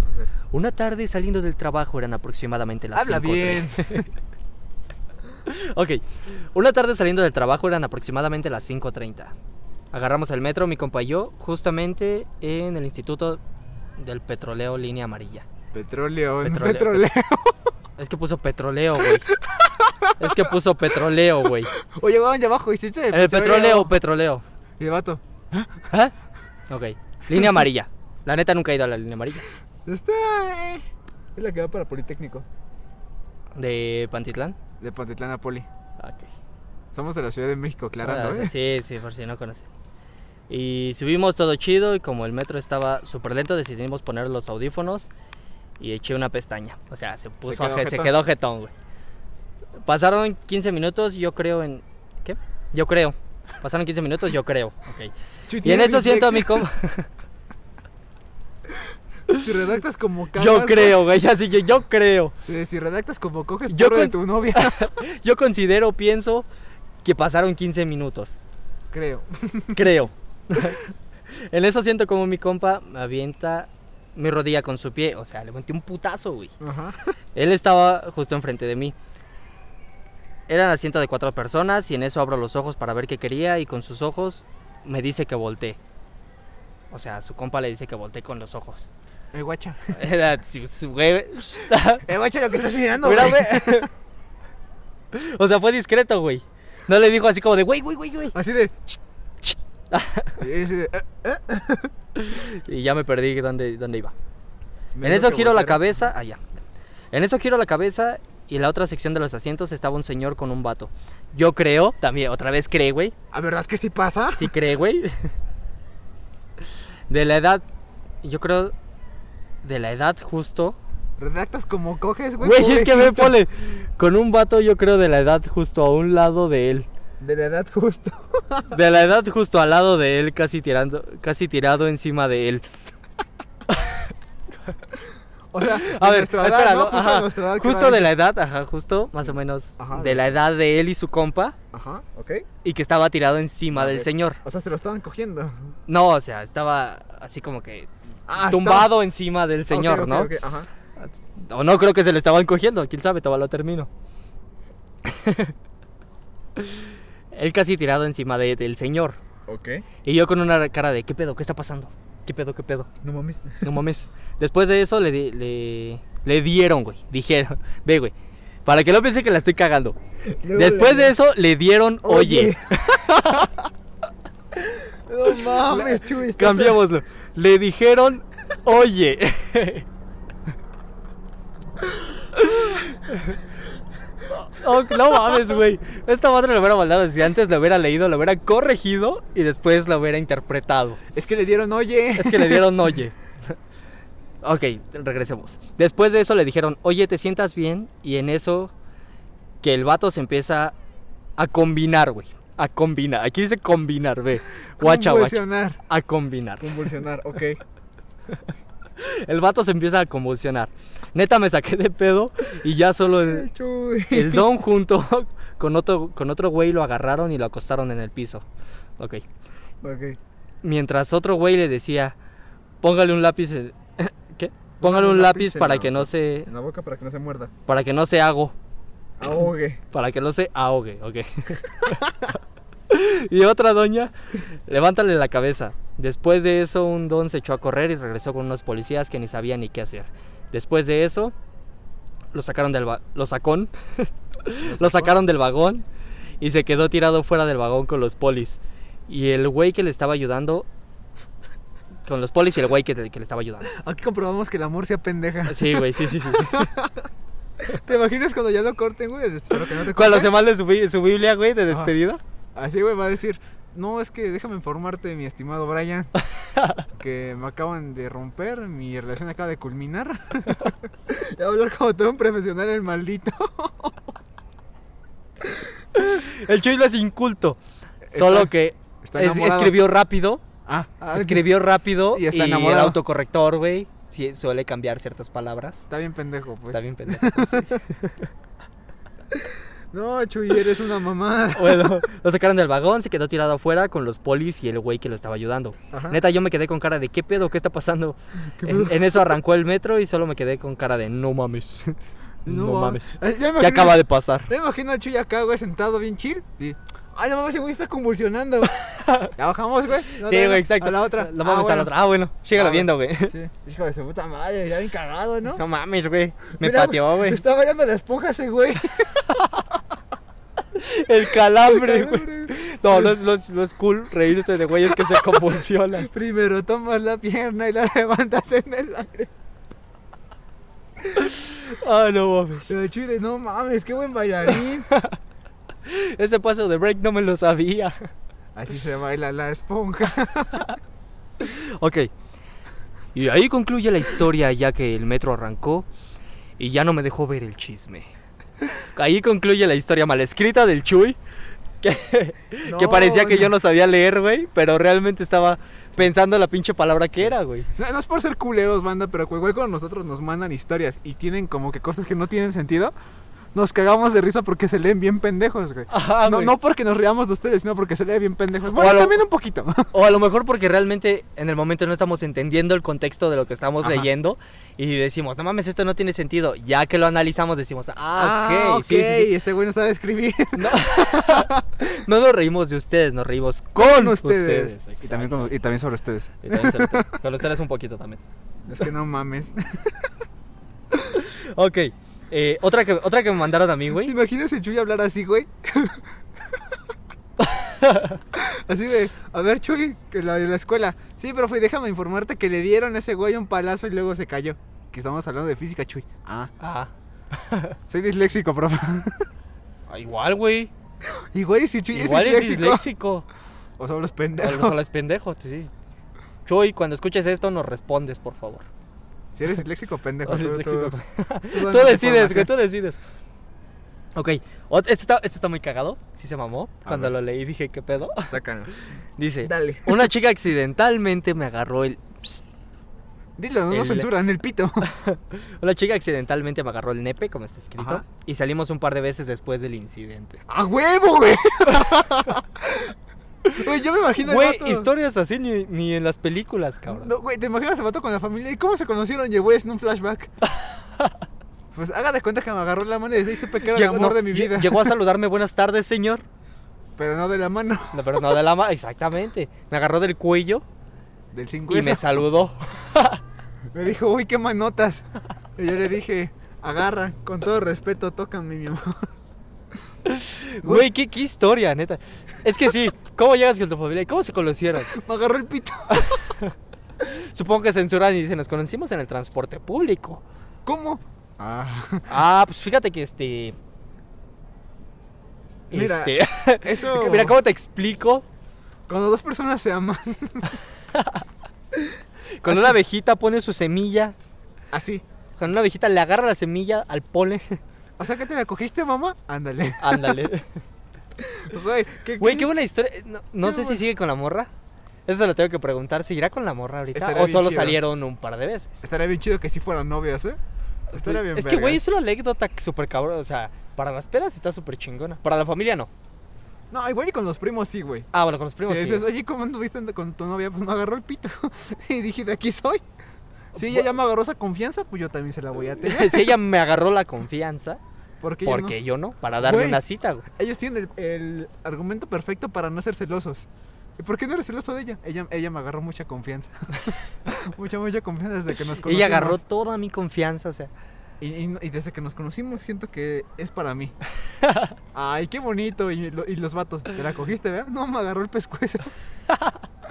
A: A ver.
B: Una tarde saliendo del trabajo eran aproximadamente las
A: Habla
B: 5 o
A: bien.
B: Ok, una tarde saliendo del trabajo eran aproximadamente las 5.30. Agarramos el metro, mi compa y yo, justamente en el Instituto del Petroleo Línea Amarilla.
A: Petróleo, no,
B: Petróleo.
A: petróleo.
B: Es que puso petroleo, güey. Es que puso petroleo, güey.
A: Oye, vamos abajo. El
B: El petróleo, petróleo.
A: Y el vato.
B: ¿Ah? Ok, línea amarilla. La neta nunca he ido a la línea amarilla.
A: Está. eh. Es la que va para Politécnico.
B: ¿De Pantitlán?
A: De Pantitlán a Poli.
B: Ok.
A: Somos de la Ciudad de México, aclarando, ¿eh?
B: Ahora, Ah, Sí, sí, por si no conocen. Y subimos todo chido y como el metro estaba súper lento decidimos poner los audífonos y eché una pestaña. O sea, se puso,
A: quedó
B: aje- se
A: jetón.
B: quedó jetón, güey. Pasaron 15 minutos, yo creo en... ¿Qué? Yo creo. Pasaron 15 minutos, yo creo. Ok.
A: Chuy,
B: Y en
A: tienes
B: eso siento a mi
A: dislexia.
B: compa...
A: Si redactas como cagas,
B: Yo creo, güey. Así que yo creo.
A: eh, Si redactas como coges
B: Yo
A: yo de
B: con-
A: tu novia.
B: Yo considero, pienso que pasaron 15 minutos.
A: creo.
B: Creo. en eso siento como mi compa me avienta mi rodilla con su pie. O sea, le metí un putazo, güey.
A: Ajá.
B: Él estaba justo enfrente de mí. Eran asiento de cuatro personas y en eso abro los ojos para ver qué quería y con sus ojos me dice que volteé. O sea, su compa le dice que volteé con los ojos.
A: Eh, guacha.
B: Era- si- si- güey,
A: Eh, guacha, lo que estás mirando,
B: Mira,
A: güey.
B: güey. o sea, fue discreto, güey. No le dijo así como de, güey, güey, güey, güey.
A: Así de. Y así de, eh,
B: Y ya me perdí dónde, dónde iba.
A: me
B: En
A: dijo
B: eso
A: que
B: giro la
A: volteara.
B: cabeza, allá. En eso giro la cabeza y en la otra sección de los asientos estaba un señor con un vato. Yo creo, también otra vez cree, güey.
A: ¿A Ah, verdad que sí pasa?
B: Sí cree, güey. De la edad, yo creo de la edad justo.
A: Redactas como coges, güey.
B: Güey, es que me
A: pobrecito.
B: pone con un vato yo creo de la edad justo a un lado de él.
A: De la edad justo.
B: De la edad justo al lado de él, casi tirando casi tirado encima de él.
A: O sea,
B: A
A: de
B: ver,
A: nuestra edad,
B: espera,
A: ¿no?
B: ¿no?
A: Justo de
B: Ajá.
A: nuestra edad que
B: Justo
A: van-
B: de la edad, ajá, justo más o menos
A: Ajá,
B: de
A: de-
B: la edad de él y su compa
A: Ajá, ok.
B: y que estaba tirado encima
A: A
B: del
A: ver.
B: señor.
A: O sea, se lo estaban cogiendo.
B: No, o sea, estaba así como que
A: Ah, está-
B: tumbado encima del
A: Ah, ok,
B: señor,
A: ok,
B: ¿no?
A: ok, ajá.
B: O no creo que se lo estaban cogiendo, quién sabe, todavía lo termino. Él casi tirado encima de- del señor.
A: Ok.
B: Y yo con una cara de, ¿qué pedo? ¿Qué está pasando? ¿Qué pedo? ¿Qué pedo?
A: No mames.
B: No mames. Después de eso le, di- le, le dieron, güey. Dijeron, ve, güey. Para que no piense que la estoy cagando. Después de eso le dieron, oye.
A: No mames, Chuy. estás-
B: Cambiémoslo. Le dijeron, oye. Oh, no mames, güey. Esta madre lo hubiera mandado desde antes, lo hubiera leído, lo hubiera corregido y después lo hubiera interpretado.
A: Es que le dieron oye.
B: Es que le dieron oye. Ok, regresemos. Después de eso le dijeron, oye, ¿te sientas bien? Y en eso que el vato se empieza a combinar, güey. A combinar. Aquí dice combinar, ve. Guacha, guacha.
A: Convulsionar.
B: A combinar.
A: Convulsionar, ok.
B: El vato se empieza a convulsionar. Neta me saqué de pedo y ya solo el,
A: Chuy.
B: el don junto con otro, con otro güey lo agarraron y lo acostaron en el piso. Ok.
A: Ok.
B: Mientras otro güey le decía, póngale un lápiz en... ¿Qué? Póngale un lápiz
A: en
B: para
A: la-
B: que no se.
A: En la boca para que no se muerda.
B: Para que no se hago.
A: Ahogue.
B: Para que no se ahogue, ok. y otra doña, levántale la cabeza. Después de eso, un don se echó a correr y regresó con unos policías que ni sabían ni qué hacer. Después de eso, lo sacaron del va- lo sacón, lo sacaron del vagón y se quedó tirado fuera del vagón con los polis. Y el güey que le estaba ayudando, con los polis y el güey que, que le estaba ayudando.
A: Aquí comprobamos que el amor sea pendeja.
B: Sí, güey, sí, sí, sí. sí.
A: ¿Te imaginas cuando ya lo corten, güey? Espero que no te
B: Cuando
A: corten.
B: se mande su, bi- su Biblia, güey, de despedida.
A: Así, güey, va a decir, no, es que déjame informarte, mi estimado Brian, que me acaban de romper, mi relación acaba de culminar. y va a hablar como todo un profesional, el maldito.
B: El Chuy lo es inculto.
A: Está-
B: Solo que
A: Está
B: es-
A: enamorado.
B: escribió rápido.
A: Ah, ah,
B: Escribió rápido
A: Y
B: y,
A: está
B: el
A: enamorado.
B: autocorrector, güey, sí, suele cambiar ciertas palabras.
A: Está bien pendejo, pues.
B: Está bien pendejo. sí.
A: No, Chuy, eres una mamá.
B: bueno, lo sacaron del vagón, se quedó tirado afuera con los polis y el güey que lo estaba ayudando.
A: Ajá.
B: Neta, yo me quedé con cara de ¿qué pedo? ¿Qué está pasando?
A: ¿Qué
B: En,
A: pedo?
B: en eso arrancó el metro y solo me quedé con cara de no mames. No, mames.
A: Ay, Ya me
B: ¿Qué
A: imagino-
B: acaba de pasar?
A: Me imagino al Chuy acá, güey, sentado bien chill. Y... Ay, no mames, ese güey está convulsionando. Ya bajamos, güey. No,
B: Sí,
A: no, no.
B: güey, exacto.
A: A la otra.
B: No mames,
A: Ah,
B: a la
A: bueno.
B: otra. Ah, bueno, sígalo
A: Ah,
B: viendo, güey.
A: Sí. Hijo de su puta madre, ya bien cagado, ¿no?
B: No mames, güey. Me
A: Mira,
B: pateó, güey.
A: Está bailando la esponja ese güey.
B: El calambre, güey.
A: Calambre.
B: No, no es, no es- no es cool reírse de güeyes que se convulsionan.
A: Primero tomas la pierna y la levantas en el aire.
B: Ah, no mames.
A: El Chuy de, no mames, qué buen bailarín.
B: Ese paso de break no me lo sabía.
A: Así se baila la esponja.
B: Ok. Y ahí concluye la historia ya que el metro arrancó y ya no me dejó ver el chisme. Ahí concluye la historia mal escrita del Chuy. Que, que
A: No,
B: parecía que
A: no.
B: yo no sabía leer, güey, pero realmente estaba pensando la pinche palabra que era, güey.
A: No, no es por ser culeros, banda, pero igual cuando nosotros nos mandan historias y tienen como que cosas que no tienen sentido, nos cagamos de risa porque se leen bien pendejos, güey.
B: Ajá,
A: no,
B: güey.
A: no porque nos riamos de ustedes, sino porque se leen bien pendejos. Bueno,
B: a lo-
A: también un poquito.
B: O a lo mejor porque realmente en el momento no estamos entendiendo el contexto de lo que estamos
A: Ajá.
B: leyendo y decimos, no mames, esto no tiene sentido. Ya que lo analizamos decimos, ah, ok,
A: ok,
B: sí, sí, sí".
A: este güey no sabe escribir.
B: No nos reímos de ustedes, nos reímos con ustedes.
A: Y, también
B: Exacto.
A: con- y también sobre ustedes.
B: Y también se los- con ustedes un poquito también.
A: Es que no mames.
B: Ok, eh, otra, que, otra que me mandaron a mí,
A: ¿Te
B: güey.
A: imaginas el Chuy hablar así, güey? así de, a ver, Chuy, que la de la escuela. Sí, profe, déjame informarte que le dieron a ese güey un palazo y luego se cayó. Que estamos hablando de física, Chuy. Ah,
B: Ah,
A: soy disléxico, profe.
B: igual, güey.
A: Igual y si Chuy
B: Igual
A: es
B: es
A: disléxico.
B: disléxico.
A: O son los
B: O
A: pendejos.
B: los- o los pendejos, sí. Chuy, cuando escuches esto nos respondes, por favor.
A: Si eres disléxico, pendejo.
B: O
A: tú- tú-
B: disléxico.
A: tú danos
B: Tú decides,
A: información.
B: güey, tú decides. Ok, ot- este está, este está muy cagado, sí se mamó.
A: A
B: Cuando
A: ver.
B: lo leí dije, ¿qué pedo?
A: Sácalo.
B: Dice,
A: Dale.
B: una chica accidentalmente me agarró el...
A: Dilo, no nos
B: El-
A: censuran el pito.
B: Una chica accidentalmente me agarró el nepe, como está escrito,
A: Ajá.
B: y salimos un par de veces después del incidente.
A: ¡A huevo, güey! Güey, yo me imagino el
B: Güey,
A: vato.
B: historias así ni, ni en las películas, cabrón.
A: No, güey, ¿te imaginas el vato con la familia? ¿Y cómo se conocieron? Llegó en un flashback. Pues haga de cuenta que me agarró la mano y desde ahí supe que era el amor de mi
B: lle-
A: vida.
B: llegó a saludarme, buenas tardes, señor.
A: Pero no de la mano,
B: No, pero no de la mano, exactamente. Me agarró del cuello
A: del
B: y
A: 50.
B: me saludó.
A: Me, dijo, uy, qué manotas. Y yo le dije, agarra, con todo respeto, tócame, mi amor.
B: Güey, qué, qué historia, neta. Es que sí, ¿cómo llegas con tu familia? ¿Cómo se conocieron?
A: Me agarró el pito.
B: Supongo que censuran y dicen, nos conocimos en el transporte público.
A: ¿Cómo? Ah,
B: Ah, pues fíjate que este.
A: Mira,
B: este.
A: eso.
B: Mira, ¿cómo te explico?
A: Cuando dos personas se aman,
B: Cuando una abejita pone su semilla,
A: así.
B: cuando una abejita le agarra la semilla al polen.
A: O sea, que te la cogiste, mamá. Ándale.
B: Ándale.
A: Güey, ¿qué,
B: Güey,
A: qué-
B: qué buena historia. No, no
A: Qué
B: sé si
A: bueno.
B: sigue con la morra. Eso se lo tengo que preguntar. ¿Seguirá con la morra ahorita?
A: Estaría
B: ¿O
A: bien
B: solo
A: chido.
B: salieron un par de veces?
A: Estaría bien chido que sí fueran novias, ¿eh? Estaría bien
B: es que, güey,
A: vergas.
B: es una anécdota súper cabrón. O sea, para las pedas está súper chingona. Para la familia no.
A: No, igual y con los primos sí, güey.
B: Ah, bueno, con los primos
A: Sí,
B: sí.
A: dices, oye, ¿cómo anduviste and- con tu novia? Pues me agarró el pito. y dije, de aquí soy. Si ella ya me agarró esa confianza, pues yo también se la voy a tener.
B: si ella me agarró la confianza,
A: Porque
B: porque yo no? Para darme
A: Güey.
B: una cita, güey.
A: ellos tienen el, el argumento perfecto para no ser celosos. ¿Y por qué no eres celoso de ella? Ella, ella me agarró mucha confianza. mucha, mucha confianza desde que nos conocimos.
B: Ella agarró toda mi confianza, o sea.
A: Y, y- y desde que nos conocimos siento que es para mí. Ay, qué bonito. Y, lo- y los vatos, ¿te la cogiste, vea? No, me agarró el pescuezo.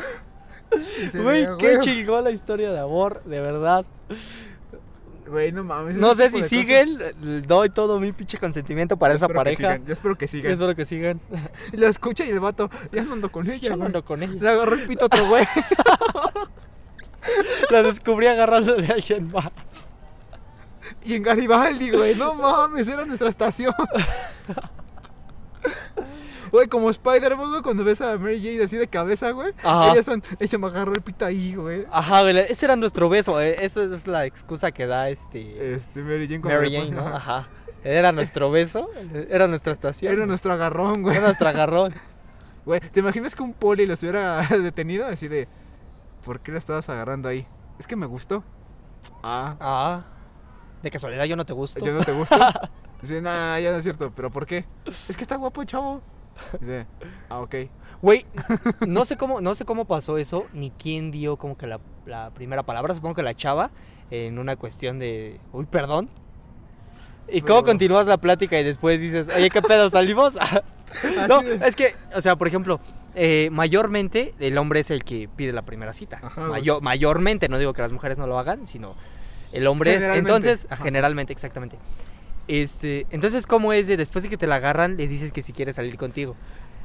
A: Y se
B: Güey,
A: veía,
B: qué
A: güey,
B: chingón la historia de amor, de verdad.
A: Güey, no mames.
B: No
A: ese
B: sé
A: tipo
B: si
A: de
B: siguen, l- doy todo mi pinche consentimiento para
A: cosas. Yo espero
B: esa
A: que
B: pareja.
A: sigan, Yo espero que sigan.
B: Espero que sigan.
A: Y La escucha y el vato, ya no ando con ella.
B: Yo no
A: güey.
B: ando con
A: Le
B: ella.
A: agarró el pito a otro güey.
B: La descubrí agarrándole a alguien más.
A: Y en Garibaldi, güey, no mames, era nuestra estación. Güey, como Spider-Man, güey, cuando ves a Mary Jane así de cabeza, güey.
B: Ajá.
A: Ellas son, ella me agarró el pito ahí, güey.
B: Ajá, güey, ese era nuestro beso. eh, Esa es la excusa que da este
A: Este, Mary Jane cuando
B: Mary
A: le
B: Jane,
A: pone-
B: ¿no? Ajá. Era nuestro beso, era nuestra estación.
A: Era nuestro agarrón, güey.
B: Era nuestro agarrón.
A: Güey, ¿te imaginas que un poli los hubiera detenido? Así de, ¿por qué la estabas agarrando ahí? Es que me gustó. Ah,
B: Ah. De casualidad yo no te gusto.
A: ¿ya no te gusta? Dice, nah, ya no es cierto, ¿pero por qué? Es que está guapo, chavo. Dice, ah, ok.
B: Güey, no sé cómo, no sé cómo pasó eso, ni quién dio como que la, la primera palabra, supongo que la chava, en una cuestión de. Uy, perdón. ¿Y cómo
A: Pero-
B: continúas la plática y después dices, oye, ¿qué pedo? ¿Salimos? no, eh,
A: Así de-
B: es que, o sea, por ejemplo, eh, mayormente el hombre es el que pide la primera cita.
A: Ajá, güey.
B: Mayo- mayormente, no digo que las mujeres no lo hagan, sino el hombre es.
A: Generalmente.
B: Entonces,
A: Ajá, sí.
B: generalmente, exactamente. Este, entonces, ¿cómo es de después de que te la agarran, le dices que si quiere salir contigo?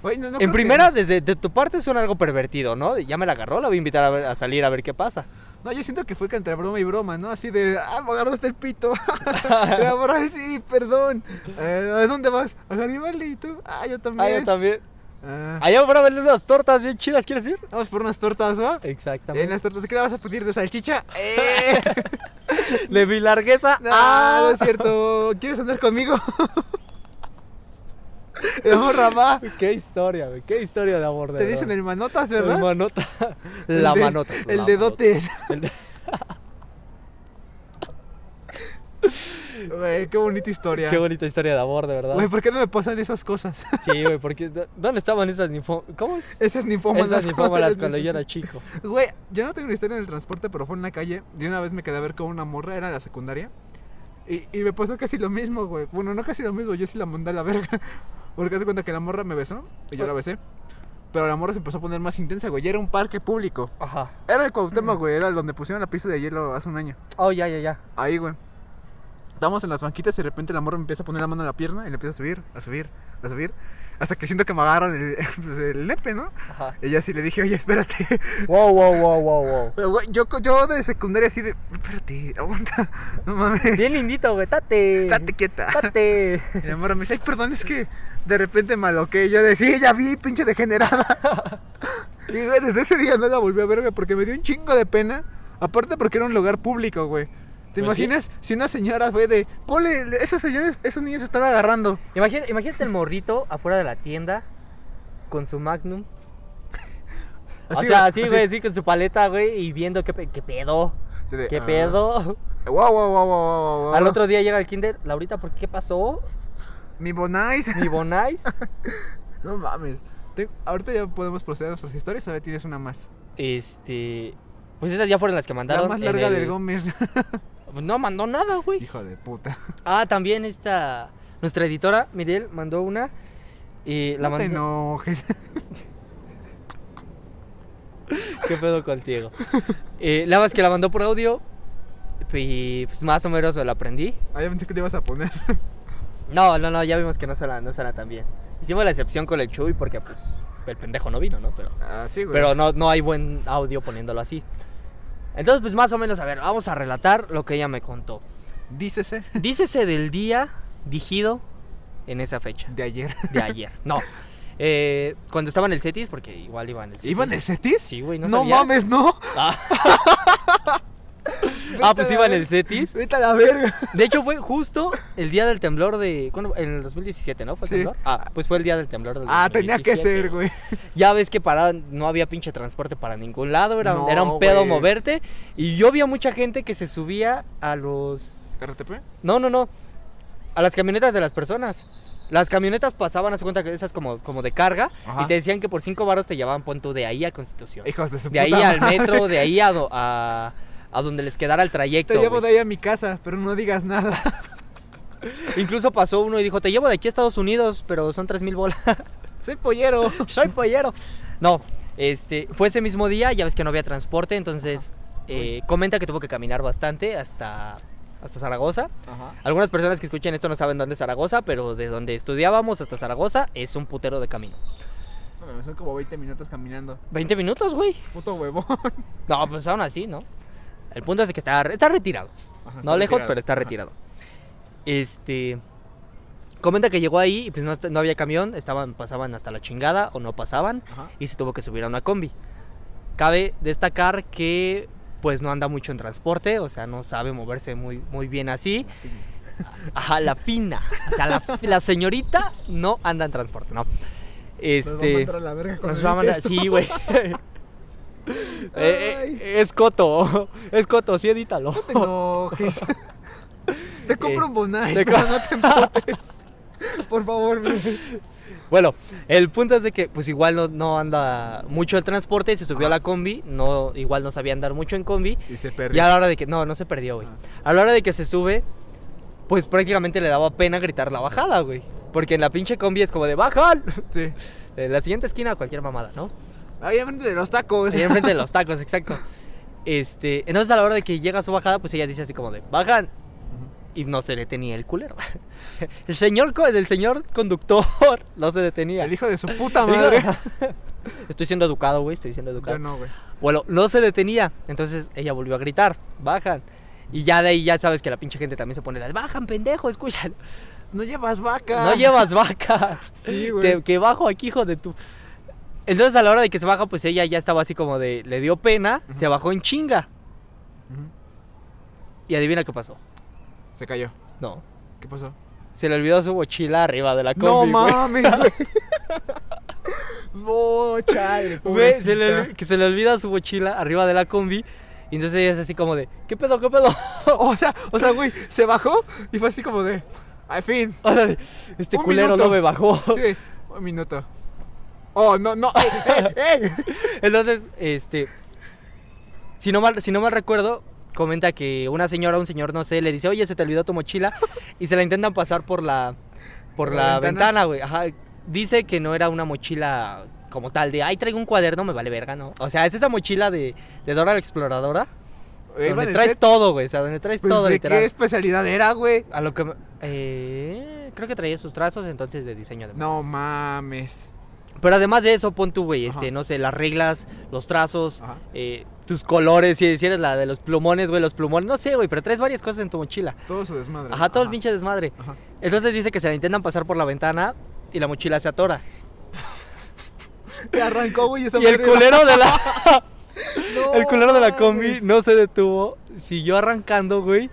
A: Güey, no- no creo
B: en
A: que-
B: primera, desde de tu parte suena algo pervertido, ¿no? De, Ya me la agarró, la voy a invitar a, ver- a salir a ver qué pasa.
A: No, yo siento que fue que entre broma y broma, ¿no? Así de, ah, me agarraste el pito. Le agarró, "Ay, sí, perdón. Eh, ¿A dónde vas? A Garibaldi y tú. Ah, yo también.
B: Ah, yo también.
A: Ah,
B: Allá van a vender unas tortas bien chidas, ¿quieres ir?
A: vamos por unas tortas, ¿va? En
B: Exactamente.
A: las tortas, ¿qué le vas a pedir de salchicha? ¡Eh!
B: Le vi largueza.
A: ah, no es
B: ah,
A: cierto. ¿Quieres andar conmigo? La morra va.
B: qué historia, güey, qué historia de amor. de
A: Te
B: verdad.
A: dicen el manotas,
B: El
A: ¿verdad?
B: manota.
A: El
B: La
A: de-
B: manota.
A: El dedotes. Güey, qué bonita historia.
B: Qué bonita historia de amor, de verdad.
A: Güey, ¿por qué no me pasan esas cosas?
B: Sí, güey, porque ¿dó- ¿dónde estaban esas ninfo... ¿Cómo es?
A: Esas ninfómanas.
B: Esas ninfómanas cuando yo
A: necesito.
B: era chico.
A: Güey, yo no tengo una historia en el transporte, pero fue en la calle. De una vez me quedé a ver con una morra, era la secundaria. Y, y me pasó casi lo mismo, güey. Bueno, no casi lo mismo, yo sí la mandé a la verga. Porque hace cuenta que la morra me besó y yo la besé. Pero la morra se empezó a poner más intensa, güey. Y era un parque público.
B: Ajá.
A: Era el
B: Mm.
A: Cuauhtémoc, güey. Era donde pusieron la pista de hielo hace un año.
B: Oh, ya, ya, ya.
A: Ahí, güey. Estábamos en las banquitas y de repente la morra me empieza a poner la mano en la pierna y le empieza a subir, a subir, a subir. Hasta que siento que me agarran el, pues, el nepe, ¿no?
B: Ajá.
A: Y yo así le dije, oye, espérate.
B: Wow, wow, wow, wow, wow.
A: Pero, güey, Yo, yo de secundaria así de. Espérate, aguanta. No mames.
B: Bien lindito, güey. Tate.
A: Estate quieta.
B: Tate.
A: Y la morra me dice, ay, perdón, es que de repente me aloqué. Y Yo decía, ya vi, pinche degenerada. Y güey, desde ese día no la volví a ver, güey, porque me dio un chingo de pena. Aparte porque era un lugar público, güey. ¿Te
B: Pues sí.
A: imaginas si una señora fue de, pole, esos señores, esos niños se están agarrando?
B: Imagina- imagínate el morrito afuera de la tienda con su Magnum. o sea, así, güey, sí, con su paleta, güey, y viendo qué, pe- qué pedo.
A: Así de,
B: ¿Qué
A: ah,
B: pedo?
A: Guau, guau, guau, guau, guau,
B: Al
A: guau.
B: otro día llega el kinder, Laurita, ¿por qué pasó?
A: Mi bonais.
B: Mi Bonais.
A: No mames. Te- ahorita ya podemos proceder a nuestras historias. A ver, tienes una más.
B: Este. Pues esas ya fueron las que mandaron.
A: La más
B: en
A: larga
B: el- Pues
A: del Gómez.
B: No mandó nada, güey.
A: Hijo de puta.
B: Ah, también esta. Nuestra editora, Miriel, mandó una. Y la
A: no te
B: mandó.
A: enojes.
B: ¿Qué pedo contigo? Eh, nada más que la mandó por audio. Y pues más o menos me la aprendí.
A: Ah, ya pensé que le ibas a poner.
B: No, no, no, ya vimos que no suena, no suena tan bien. Hicimos la excepción con el Chuy porque, pues, el pendejo no vino, ¿no? Pero,
A: Ah, sí, güey.
B: pero no, no hay buen audio poniéndolo así. Entonces, pues, más o menos, a ver, vamos a relatar lo que ella me contó.
A: Dícese
B: Dícese del día digido en esa fecha,
A: de ayer.
B: de ayer. No, eh, cuando estaba en el CETIS, porque igual iba en el CETIS.
A: ¿Iban de Cetis?
B: Sí, güey, ¿no
A: No,
B: sabías?
A: mames, no.
B: Ah, Ah,
A: Vete a
B: pues
A: la
B: iba en el
A: verga.
B: Cetis.
A: Vete a la verga.
B: De hecho, fue justo el día del temblor de. ¿Cuándo? En el 2017, ¿no? ¿Fue el
A: Sí.
B: temblor? Ah, pues fue el día del temblor del
A: Ah, tenía que
B: 2017.
A: ser, güey.
B: Ya ves que paraban, no había pinche transporte para ningún lado, era,
A: No,
B: era un pedo
A: güey.
B: moverte. Y yo vi a mucha gente que se subía a los.
A: ¿RTP?
B: No, no, no. A las camionetas de las personas. Las camionetas pasaban, hace cuenta que esas como, como de carga,
A: Ajá.
B: y te decían que por cinco baros te llevaban punto de ahí a Constitución.
A: Hijos de su
B: De ahí
A: puta
B: al
A: madre.
B: metro, de ahí a, do- a, a donde les quedara el trayecto.
A: Te llevo
B: güey.
A: de ahí a mi casa, pero no digas nada.
B: Incluso pasó uno y dijo, te llevo de aquí a Estados Unidos, pero son tres mil bolas.
A: Soy pollero.
B: Soy pollero. No, este, fue ese mismo día, ya ves que no había transporte, entonces eh, comenta que tuvo que caminar bastante hasta, hasta Zaragoza.
A: Ajá.
B: Algunas personas que escuchan esto no saben dónde es Zaragoza, pero de donde estudiábamos hasta Zaragoza es un putero de camino.
A: No, mames, son como 20 minutos caminando.
B: 20 minutos, güey.
A: Puto huevo.
B: No, pues aún así, ¿no? El punto es que está, está retirado. No lejos, pero está retirado. Este. Comenta que llegó ahí y pues no, no había camión, estaban, pasaban hasta la chingada o no pasaban
A: Ajá.
B: y se tuvo que subir a una combi. Cabe destacar que pues no anda mucho en transporte, o sea, no sabe moverse muy, muy bien así. Ajá, la fina. O sea, la, la señorita no anda en transporte, ¿no?
A: Nos
B: Este.
A: va Pues a mandar a la verga cuando
B: Nos va a mandar.
A: edite
B: Sí,
A: esto.
B: güey. Eh, eh, es Coto. Es Coto, sí, edítalo.
A: No te enojes. Te compro un bonai.
B: Eh, te
A: Te
B: co-
A: no te empotes. Por favor, güey.
B: Bueno, el punto es de que pues igual no, no anda mucho el transporte, se subió a la combi, no, igual no sabía andar mucho en combi.
A: Y se
B: Y a la hora de que, no, no se perdió, güey. A la hora de que se sube, pues prácticamente le daba pena gritar la bajada, güey. Porque en la pinche combi es como de bajan.
A: Sí.
B: En la siguiente esquina, cualquier mamada, ¿no?
A: Ahí enfrente de los tacos.
B: Ahí enfrente de los tacos, exacto. Este, entonces a la hora de que llega su bajada, pues ella dice así como de, bajan. Y no se detenía el culero. El señor, co- del señor conductor no se detenía.
A: El hijo de su puta
B: Digo,
A: madre.
B: Estoy siendo educado, güey, estoy siendo educado.
A: Yo no, güey.
B: Bueno, no se detenía, entonces ella volvió a gritar, bajan. Y ya de ahí ya sabes que la pinche gente también se pone, las, bajan, pendejo, escuchan.
A: No llevas vaca.
B: No llevas vacas.
A: Sí,
B: Te-
A: güey.
B: que bajo aquí, hijo de tu... Entonces a la hora de que se baja, pues ella ya estaba así como de, le dio pena, se bajó en chinga.
A: Ujú.
B: Y adivina qué pasó.
A: Se cayó.
B: No.
A: ¿Qué pasó?
B: Se le olvidó su mochila arriba de la combi,
A: No
B: güey.
A: mames, güey. No, chale,
B: Güey, se le
A: pobrecita.
B: olvi- que se le olvida su mochila arriba de la combi. Y entonces ella es así como de, ¿qué pedo, qué pedo?
A: O sea, o sea, güey, se bajó y fue así como de, al fin.
B: O sea, de, este
A: Un
B: culero
A: minuto.
B: no me bajó.
A: Sí, de, un minuto. Oh, no, eh. no. ey, ey, ey.
B: Entonces, este. Si no, mal, si no mal recuerdo, comenta que una señora, un señor, no sé, le dice, oye, se te olvidó tu mochila. Y se la intentan pasar por la. Por
A: ¿Por
B: la,
A: la ventana?
B: ventana, güey. Ajá. Dice que no era una mochila como tal, de ay, traigo un cuaderno, me vale verga, ¿no? O sea, es esa mochila de, de Dora la exploradora.
A: Iban
B: Donde
A: en
B: traes
A: set,
B: todo, güey. O sea, donde traes
A: pues,
B: todo,
A: ¿De
B: literal.
A: qué especialidad era, güey?
B: A lo que. me- eh, creo que traía sus trazos entonces de diseño de
A: No
B: modas.
A: mames.
B: Pero además de eso, pon tu, güey, este,
A: Ajá.
B: no sé, las reglas, los trazos,
A: Ajá.
B: eh, tus colores, si si eres la de los plumones, güey, los plumones, no sé, güey, pero traes varias cosas en tu mochila.
A: Todo su desmadre.
B: Ajá, todo el pinche desmadre.
A: Ajá.
B: Entonces dice que se la intentan pasar por la ventana y la mochila se atora.
A: Y arrancó, güey, esa
B: Y el
A: madre-
B: culero de la,
A: No
B: el culero de la combi
A: mames.
B: no se detuvo, siguió arrancando, güey.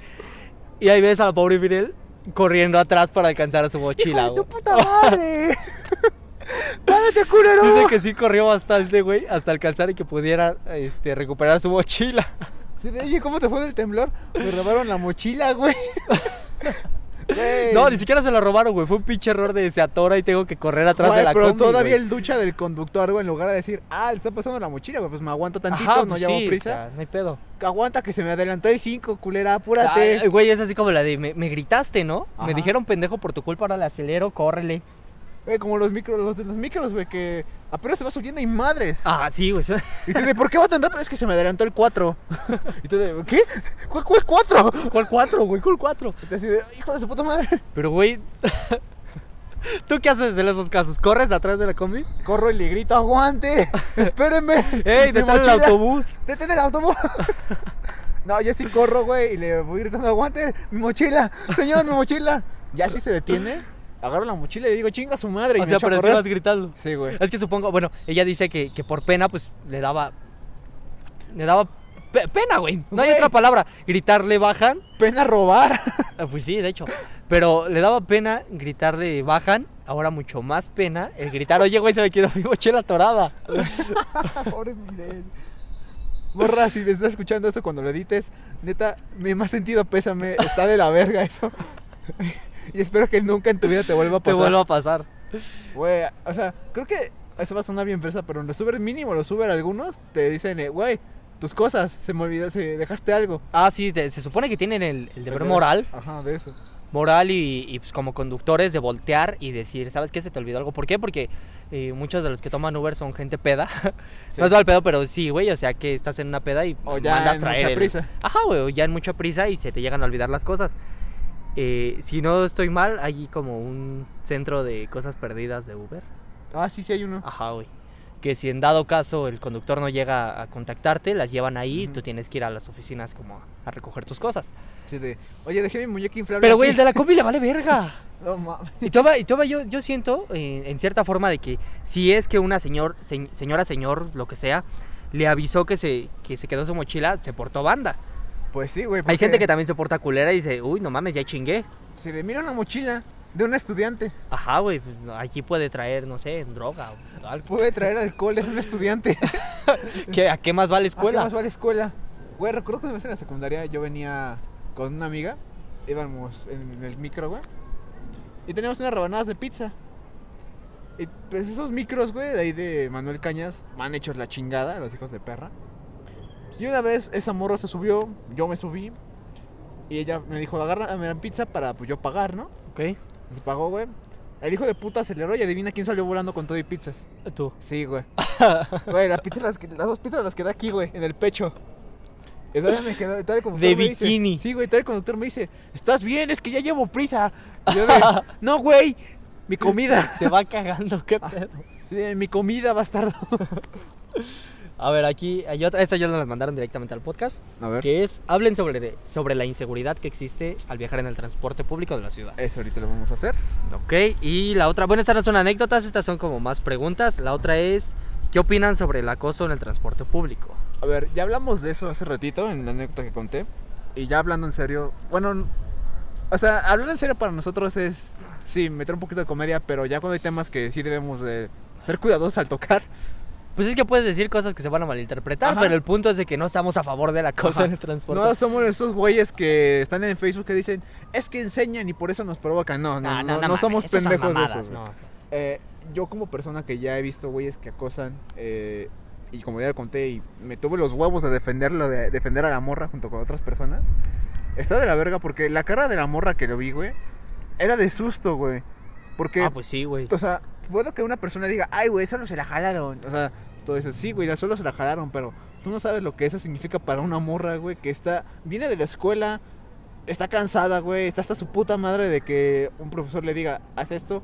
B: Y ahí ves a la pobre Virel corriendo atrás para alcanzar a su mochila,
A: ¡Hijo de tu
B: güey.
A: puta madre! ¡Párate, culero!
B: Dice que sí corrió bastante, güey, hasta alcanzar y que pudiera este, recuperar su mochila.
A: Sí, de, Oye, ¿cómo te fue del temblor? Me robaron la mochila, güey. Güey.
B: No, ni siquiera se la robaron, güey. Fue un pinche error de se atora y tengo que correr atrás
A: Güey,
B: de la
A: pero
B: combi,
A: todavía
B: güey.
A: el ducha del conductor, güey, en lugar de decir, ah, le está pasando la mochila, güey, pues me aguanto tantito,
B: Ajá,
A: no
B: pues
A: llevo
B: sí,
A: prisa.
B: o sea, no hay pedo.
A: Aguanta que se me adelantó el 5, culera, apúrate.
B: Ay, Güey, es así como la de, me, me gritaste, ¿no? Me
A: Ajá.
B: dijeron pendejo por tu culpa, ahora le acelero, córrele.
A: Güey, como los micros, los de los micros, güey, que apenas te vas subiendo y madres.
B: Ah, sí, güey.
A: Y te dice, ¿por qué va tan rápido? Es que se me adelantó el 4. y tú de, ¿qué? ¿Cuál, cuál 4?
B: ¿Cuál cuatro, güey? ¿Cuál cuatro?
A: Y te dice, hijo de su puta madre.
B: Pero, güey, ¿tú qué haces de esos casos? ¿Corres atrás de la combi?
A: Corro y le grito, aguante, espérenme.
B: ¡Ey,
A: mi
B: detén el
A: mochila".
B: autobús!
A: ¡Detén el autobús! No, yo sí corro, güey, y le voy gritando, aguante, mi mochila, señor, mi mochila. Ya sí se detiene, agarro la mochila y digo, chinga su madre. y
B: O
A: me
B: sea,
A: echo a
B: pero sí
A: correr.
B: vas gritando.
A: Sí, güey.
B: Es que supongo, bueno, ella dice que, que por pena, pues le daba. Le daba Pe- pena, güey. No hay
A: Güey.
B: otra palabra. Gritarle bajan.
A: Pena robar.
B: Ah, Pues sí, de hecho. Pero le daba pena gritarle bajan. Ahora mucho más pena el gritar, oye, güey, se me quedó mi mochila atorada.
A: Pobre Miguel. Borra, si me estás escuchando esto cuando lo edites, neta, me más sentido pésame, está de la verga eso. Y espero que nunca en tu vida te vuelva a
B: Te
A: pasar.
B: vuelvo a pasar.
A: Güey, o sea, creo que eso va a sonar bien presa, pero en los Uber mínimo, los Uber algunos te dicen, eh, güey, tus cosas, se me olvidó, se dejaste algo.
B: Ah, sí, se, se supone que tienen el, el deber
A: Ajá,
B: moral.
A: Ajá, de eso.
B: Moral y, y, pues como conductores de voltear y decir, ¿sabes qué? Se te olvidó algo. ¿Por qué? Porque eh, muchos de los que toman Uber son gente peda.
A: Sí.
B: No es mal pedo, pero sí, güey. O sea, que estás en una peda y
A: O ya
B: mandas
A: en
B: traer.
A: mucha
B: el-
A: prisa.
B: Ajá, güey. o Ya en mucha prisa y se te llegan a olvidar las cosas. Eh, si no estoy mal, hay como un centro de cosas perdidas de Uber.
A: Ah, sí, sí hay uno.
B: Ajá, güey. Que si en dado caso el conductor no llega a contactarte, las llevan ahí y
A: Ujú.
B: tú tienes que ir a las oficinas como a, a recoger tus cosas.
A: Sí, de, oye, dejé mi muñeca inflable.
B: Pero, güey, el
A: aquí".
B: de la combi le vale verga.
A: No mames.
B: Y toma, y toma, yo, yo siento, eh, en cierta forma, de que si es que una señor, se- señora, señor, lo que sea, le avisó que se, que se quedó su mochila, se portó banda.
A: Pues sí, güey.
B: Hay gente que
A: porque-
B: también se porta culera y dice, uy, no mames, ya chingué.
A: Sí, de, mira una mochila de un estudiante.
B: Ajá, güey, pues, no, aquí puede traer, no sé, droga o algo.
A: Puede traer alcohol, es un estudiante.
B: ¿Qué- ¿A qué más va
A: ¿A
B: la escuela?
A: qué más va la escuela? Güey, recuerdo que una vez en la secundaria yo venía con una amiga, íbamos en el micro, güey, y teníamos unas rebanadas de pizza. Y pues esos micros, güey, de ahí de Manuel Cañas, van hechos la chingada, los hijos de perra. Y una vez esa morra se subió, yo me subí, y ella me dijo, agárrame la pizza para pues, yo pagar, ¿no?
B: Ok,
A: Se pagó, güey. El hijo de puta aceleró y adivina quién salió volando con todo y pizzas.
B: tú.
A: Sí, güey. Güey, las pizzas, las, que- las dos pizzas las quedé aquí, güey, en el pecho. Y todavía me quedó, todavía el conductor
B: De
A: me dice-
B: bikini.
A: sí, güey, todavía el conductor me dice, ¿estás bien? Es que ya llevo prisa. Y yo de, no, güey, mi comida.
B: Se va cagando, qué pedo.
A: Sí, de, mi comida, bastardo.
B: A ver, aquí hay otra, esta ya nos la mandaron directamente al podcast,
A: A ver.
B: que es, hablen sobre, sobre la inseguridad que existe al viajar en el transporte público de la ciudad.
A: Eso ahorita lo vamos a hacer.
B: Ok, y la otra, bueno, estas no son anécdotas, estas son como más preguntas. La otra es, ¿qué opinan sobre el acoso en el transporte público?
A: A ver, ya hablamos de eso hace ratito en la anécdota que conté. Y ya hablando en serio, bueno, n- o sea, hablar en serio para nosotros es, sí, meter un poquito de comedia, pero ya cuando hay temas que sí debemos de ser cuidadosos al tocar.
B: Pues es que puedes decir cosas que se van a malinterpretar,
A: Ajá.
B: pero el punto es de que no estamos a favor del acoso
A: Ajá.
B: en el transporte.
A: No somos esos güeyes que están en Facebook que dicen, es que enseñan y por eso nos provocan. No, no, no, no,
B: mames,
A: somos
B: esas son
A: pendejos de
B: mamadas,
A: eso. Eh,
B: no.
A: yo como persona que ya he visto güeyes que acosan, eh, y como ya le conté, y me tuve los huevos de defenderlo, de defender a la morra junto con otras personas, está de la verga porque la cara de la morra que lo vi, güey, era de susto, güey. Porque,
B: Ah, pues sí, güey.
A: o sea, puedo que una persona diga, ay, güey, solo se la jalaron. O sea, todo eso, sí, güey, la solo se la jalaron, pero tú no sabes lo que eso significa para una morra, güey, que está, viene de la escuela, está cansada, güey, está hasta su puta madre de que un profesor le diga, haz esto,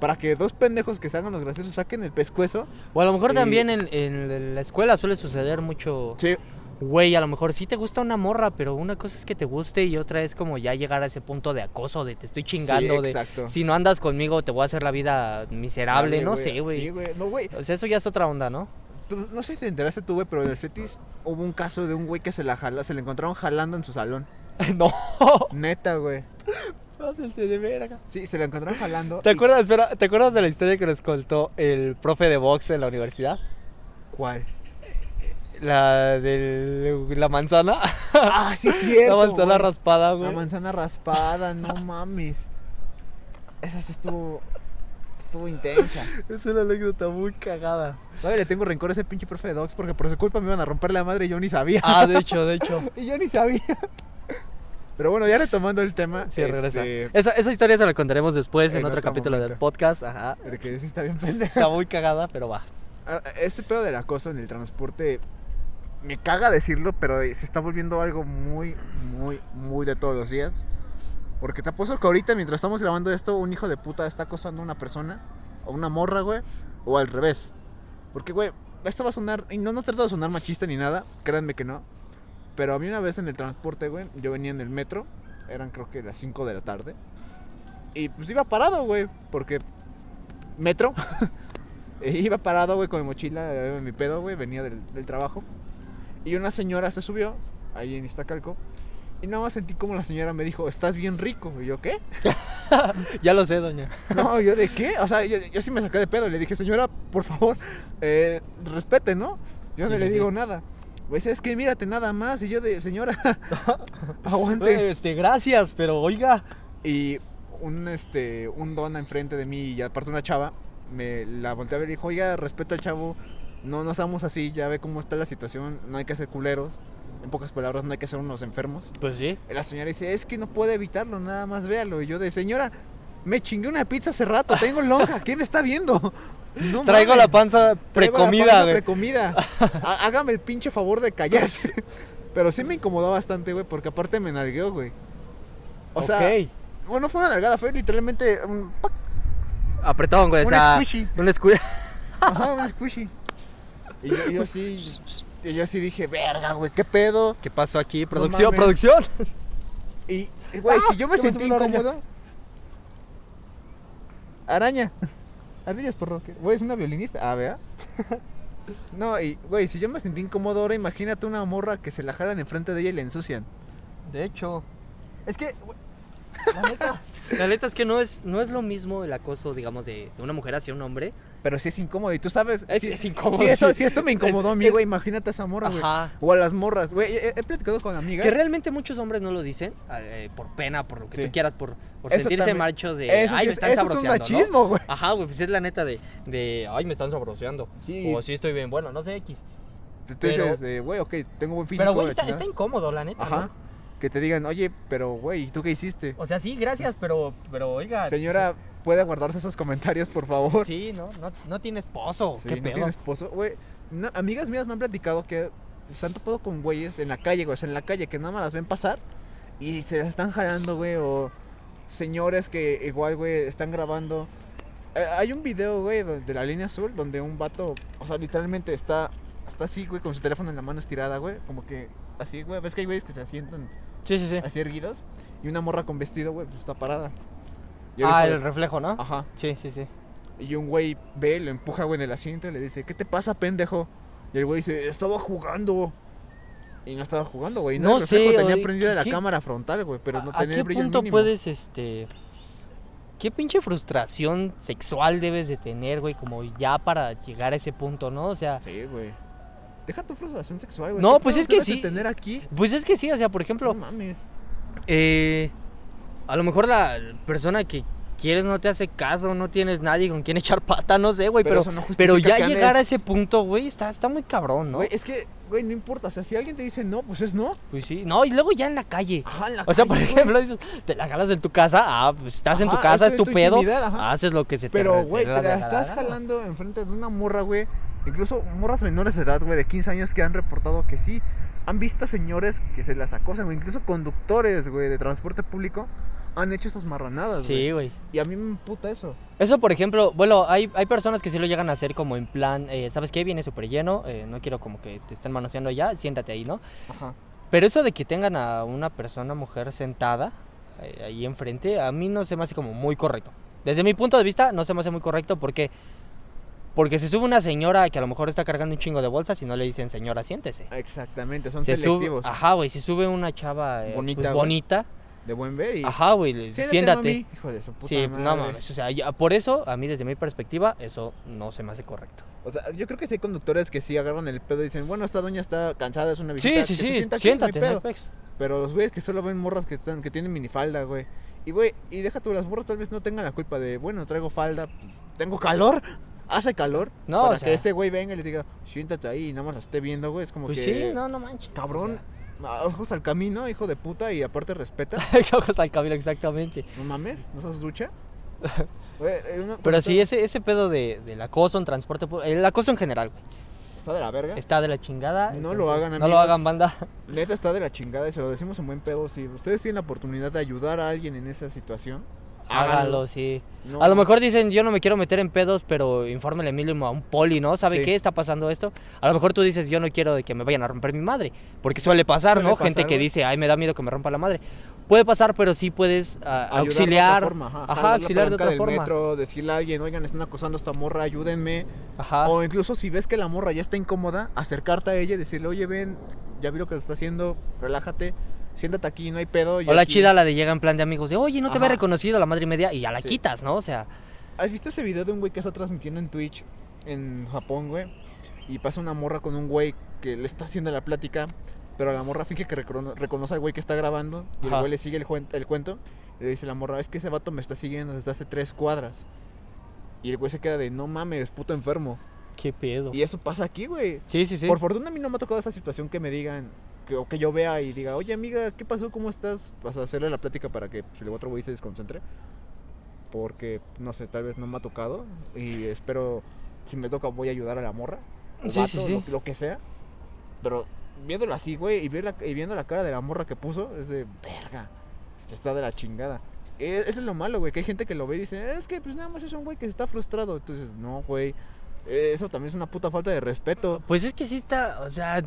A: para que dos pendejos que se hagan los graciosos saquen el pescuezo.
B: O a lo mejor
A: y-
B: también en, en la escuela suele suceder mucho,
A: Sí,
B: güey, a lo mejor sí te gusta una morra, pero una cosa es que te guste y otra es como ya llegar a ese punto de acoso, de te estoy chingando, de
A: exacto.
B: si no andas conmigo te voy a hacer la vida miserable, no sé,
A: Sí,
B: güey.
A: güey, no, güey.
B: O sea, eso ya es otra onda, ¿no?
A: tú- No sé si te enteraste tú, güey, pero en el CETIS hubo un caso de un güey que se la jala, se le encontraron jalando en su salón.
B: no.
A: Neta, güey. Sí, se la encontraron jalando.
B: ¿Te
A: y-
B: acuerdas, espera, ¿Te acuerdas de la historia que nos contó el profe de box en la universidad?
A: ¿Cuál?
B: La de la manzana.
A: Ah, sí, es cierto.
B: la manzana
A: güey.
B: raspada,
A: La
B: güey.
A: manzana raspada, no mames. Esa sí estuvo. Estuvo intensa.
B: Es una anécdota muy cagada.
A: Todavía le tengo rencor a ese pinche profe de Docs porque por su culpa me iban a romper la madre y yo ni sabía.
B: Ah, de hecho, de hecho.
A: Y yo ni sabía. Pero bueno, ya retomando el tema.
B: Sí, regresa.
A: este,
B: Esa, esa historia se la contaremos después en,
A: En
B: otro,
A: otro
B: capítulo del
A: momento.
B: podcast. Ajá.
A: Porque sí está bien pendejo.
B: Está muy cagada, pero va.
A: Ah, Este pedo del acoso en el transporte. Me caga decirlo, pero se está volviendo algo muy, muy, muy de todos los días. Porque te apuesto que ahorita, mientras estamos grabando esto, un hijo de puta está acosando a una persona, a una morra, güey, o al revés. Porque, güey, esto va a sonar. Y no, no trato de sonar machista ni nada, créanme que no. Pero a mí una vez en el transporte, güey, yo venía en el metro, eran creo que las 5 de la tarde. Y pues iba parado, güey, porque. Metro. eh, E iba parado, güey, con mi mochila, eh, mi pedo, güey, venía del, del trabajo. Y una señora se subió ahí en Iztacalco. Y nada más sentí como la señora me dijo, estás bien rico. Y yo, ¿qué?
B: Ya lo sé, doña.
A: No, yo de qué? O sea, yo, yo sí me saqué de pedo. Le dije, señora, por favor, eh, respete, ¿no? Yo no
B: Sí,
A: le
B: sí,
A: digo
B: sí.
A: nada. Pues es que mírate nada más. Y yo de, señora,
B: Eh,
A: aguante.
B: Este, gracias, pero oiga.
A: Y un, este, un don enfrente de mí y aparte una chava, me la volteé a ver y dijo, oiga, respeto al chavo. No nos estamos así, ya ve cómo está la situación. No hay que ser culeros. En pocas palabras, no hay que ser unos enfermos.
B: Pues sí.
A: La señora dice, es que no puede evitarlo, nada más véalo. Y yo de, señora, me chingué una pizza hace rato, tengo lonja, ¿quién me está viendo? No
B: Traigo
A: mames,
B: la panza
A: traigo la
B: precomida,
A: panza
B: güey.
A: Precomida. Há- Hágame el pinche favor de callarse. Pero sí me incomodó bastante, güey, porque aparte me nalgueó, güey. O sea,
B: Ok.
A: bueno, fue una nalgada, fue literalmente un, pac,
B: apretón, güey.
A: un
B: o sea,
A: squishy.
B: un squishy.
A: Ajá, un squishy. Y yo, yo sí, y yo sí dije, verga, güey, qué pedo.
B: ¿Qué pasó aquí? Producción,
A: mames.
B: producción.
A: Y, güey,
B: Ah,
A: si yo me
B: ya me
A: sentí
B: subió una araña.
A: incómodo. Araña. Arañas por rocker. Güey, es una violinista. Ah, vea. No, y, güey, si yo me sentí incómodo ahora, imagínate una morra que se la jalan enfrente de ella y le ensucian.
B: De hecho, es que. güey, La neta, la neta es que no es, no es lo mismo el acoso, digamos, de, de una mujer hacia un hombre.
A: Pero sí es incómodo, y tú sabes.
B: Es-
A: si-
B: es incómodo,
A: Si eso,
B: sí.
A: si eso me incomodó a mí,
B: Es-
A: güey, imagínate a esa morra, güey.
B: Ajá.
A: O a las morras, güey. He, he platicado con amigas.
B: Que realmente muchos hombres no lo dicen eh, por pena, por lo que
A: Sí.
B: tú quieras, por, por
A: Eso
B: sentirse
A: también.
B: marchos de.
A: Eso,
B: este, ay,
A: sí
B: me
A: es,
B: están
A: eso es un
B: sabroseando. ¿no?"
A: machismo, güey.
B: Ajá, güey, pues es la neta de, de, ay, me están sabroseando.
A: Sí.
B: O sí estoy bien bueno, no sé, X.
A: Tú
B: Pero-
A: dices, eh, güey, ok, tengo buen físico.
B: Pero, güey,
A: la
B: está,
A: chingada.
B: está incómodo, la neta.
A: Ajá.
B: ¿no?
A: Que te digan, oye, pero, güey, ¿tú qué hiciste?
B: O sea, sí, gracias, pero, pero oiga.
A: Señora, ¿puede guardarse esos comentarios, por favor?
B: Sí, no, no, no tiene esposo.
A: Sí,
B: Oh, ¿Qué
A: no
B: pedo?
A: tiene esposo. Güey, no, amigas mías me han platicado que se han topado con güeyes en la calle, güey. O sea, en la calle, que nada más las ven pasar y se las están jalando, güey. O señores que igual, güey, están grabando. Eh, hay un video, güey, de de la línea azul donde un vato, o sea, literalmente está, está así, güey, con su teléfono en la mano estirada, güey. Como que así, güey. ¿Ves que hay güeyes que se asientan
B: Sí, sí, sí.
A: así erguidos? Y una morra con vestido, güey, pues, está parada. Y el
B: Ah,
A: hijo
B: el
A: de-
B: reflejo, ¿no?
A: Ajá.
B: Sí, sí, sí.
A: Y un güey ve, lo empuja, güey, en el asiento y le dice, ¿qué te pasa, pendejo? Y el güey dice, estaba jugando. Y no estaba jugando, güey.
B: No
A: No, el reflejo
B: sé,
A: tenía
B: oye,
A: prendida
B: ¿qué-
A: la
B: qué-
A: cámara frontal, güey, pero no
B: ¿A- ¿A
A: tenía
B: qué
A: el brillo
B: punto
A: mínimo.
B: puedes, este... ¿Qué pinche frustración sexual debes de tener, güey? Como ya para llegar a ese punto, ¿no? O sea...
A: Sí, güey. Deja tu frustración sexual, güey.
B: No,
A: ¿Qué
B: pues
A: pedo
B: es que
A: debes de
B: sí.
A: tener aquí?
B: Pues es que sí, o sea, por ejemplo...
A: No mames.
B: eh, a lo mejor la persona que quieres no te hace caso, no tienes nadie con quien echar pata, no sé, güey, pero...
A: eso no
B: Pero,
A: justifica
B: ya
A: que
B: llegar a
A: andes-
B: ese punto, güey, está, está muy cabrón, ¿no?
A: Güey, es que, güey, no importa. O sea, si alguien te dice no, pues es no.
B: Pues sí. No, y luego ya en la calle.
A: Ajá, en la
B: O sea, por
A: calle, güey.
B: ejemplo, dices, te la jalas en tu casa, ah, pues estás en tu
A: Ajá,
B: casa,
A: eso
B: es tu pedo,
A: intimidad, ajá.
B: haces lo que se te
A: Pero,
B: re-
A: güey, te
B: re-
A: la
B: re-
A: estás
B: re-
A: jalando enfrente de una morra, güey. Incluso morras menores de edad, güey, de 15 años que han reportado que sí. Han visto señores que se las acosan, güey. Incluso conductores, güey, de transporte público han hecho esas marranadas, güey.
B: Sí, güey.
A: Y a mí me puta eso.
B: Eso, por ejemplo, bueno, hay, hay personas que sí lo llegan a hacer como en plan, eh, ¿sabes qué? Viene súper lleno, eh, no quiero como que te estén manoseando ya, siéntate ahí, ¿no?
A: Ajá.
B: Pero eso de que tengan a una persona, mujer, sentada eh, ahí enfrente, a mí no se me hace como muy correcto. Desde mi punto de vista, no se me hace muy correcto porque... Porque se sube una señora que a lo mejor está cargando un chingo de bolsas y no le dicen, señora, siéntese.
A: Exactamente, son
B: se sube,
A: selectivos.
B: ajá, güey, se sube una chava eh, pues,
A: Bonita, güey.
B: bonita.
A: De buen ver y.
B: Ajá, güey, le dice, siéntate.
A: mami. Hijo de su puta
B: Sí,
A: madre.
B: no mames, o sea, ya- por eso, a mí desde mi perspectiva, eso no se me hace correcto.
A: O sea, yo creo que sí hay conductores que sí agarran el pedo y dicen, bueno, esta doña está cansada, es una visita. que se
B: Sí, sí, sí,
A: sienta aquí, no hay
B: siéntate, no hay
A: pedo".
B: pex.
A: Pero los güeyes que solo ven morras que, están, que tienen minifalda, güey. Y, güey, y deja tú, las morras tal vez no tengan la culpa de, bueno, traigo falda, tengo calor, hace calor.
B: No,
A: Para
B: o sea-
A: que este güey venga y le diga, siéntate ahí y nada más la esté viendo, güey. Es como
B: Pues
A: que.
B: sí, no, no manches.
A: Cabrón, a- ojos al camino, hijo de puta, y aparte respeta.
B: O sea, ojos al cabello, exactamente.
A: No mames, no seas ducha. Güey, eh, una-
B: Pero
A: cuando
B: sí,
A: está-
B: ese, ese pedo de, del acoso en transporte, pu- el acoso en general, güey,
A: Está de la verga.
B: está de la chingada.
A: No lo hagan,
B: No lo
A: amigos.
B: hagan, banda.
A: Neta está de la chingada y se lo decimos en buen pedo. Si ustedes tienen la oportunidad de ayudar a alguien en esa situación,
B: Háganlo, sí.
A: No.
B: A lo mejor dicen, yo no me quiero meter en pedos, pero infórmele mínimo a un poli, ¿no? ¿Sabe
A: Sí.
B: qué está pasando esto? A lo mejor tú dices, yo no quiero de que me vayan a romper mi madre, porque suele pasar,
A: Suele
B: ¿no?
A: pasar,
B: Gente que
A: güey.
B: dice, ay, me da miedo que me rompa la madre. puede pasar, pero sí puedes ah,
A: Ayudar de otra
B: auxiliar.
A: forma, ajá,
B: ajá,
A: jalar la
B: auxiliar de
A: palanca
B: otra
A: del
B: forma.
A: metro, decirle a alguien, oigan, están acosando a esta morra, ayúdenme.
B: Ajá.
A: O incluso si ves que la morra ya está incómoda, acercarte a ella y decirle, oye, ven, ya vi lo que está haciendo, relájate, siéntate aquí, no hay pedo. yo
B: O la
A: aquí".
B: chida la de llega en plan de amigos de, oye, no te había
A: Ajá.
B: reconocido la madre y media y ya la
A: Sí.
B: quitas, ¿no? O sea,
A: ¿Has visto ese video de un güey que está transmitiendo en Twitch en Japón, güey? Y pasa una morra con un güey que le está haciendo la plática, pero la morra finge que recono- reconoce al güey que está grabando y el
B: Ajá.
A: güey le sigue el, juen- el cuento. Y le dice la morra, es que ese vato me está siguiendo desde hace tres cuadras. Y el güey se queda de, no mames, puto enfermo.
B: qué pedo.
A: Y eso pasa aquí, güey.
B: Sí, sí, sí.
A: Por fortuna a mí no me ha tocado esa situación que me digan, que, o que yo vea y diga, oye amiga, ¿qué pasó? ¿Cómo estás? Vas a hacerle la plática para que pues, el otro güey se desconcentre. Porque, no sé, tal vez no me ha tocado. Y espero, si me toca, voy a ayudar a la morra. o
B: Sí, sí, sí.
A: Lo, lo que sea. Pero viéndolo así, güey, y, ver la- y viendo la cara de la morra que puso, es de verga. Está de la chingada. E- Eso es lo malo, güey, que hay gente que lo ve y dice, es que pues nada más es un güey que está frustrado. Entonces, no, güey. eh, Eso también es una puta falta de respeto.
B: Pues es que sí está, o sea,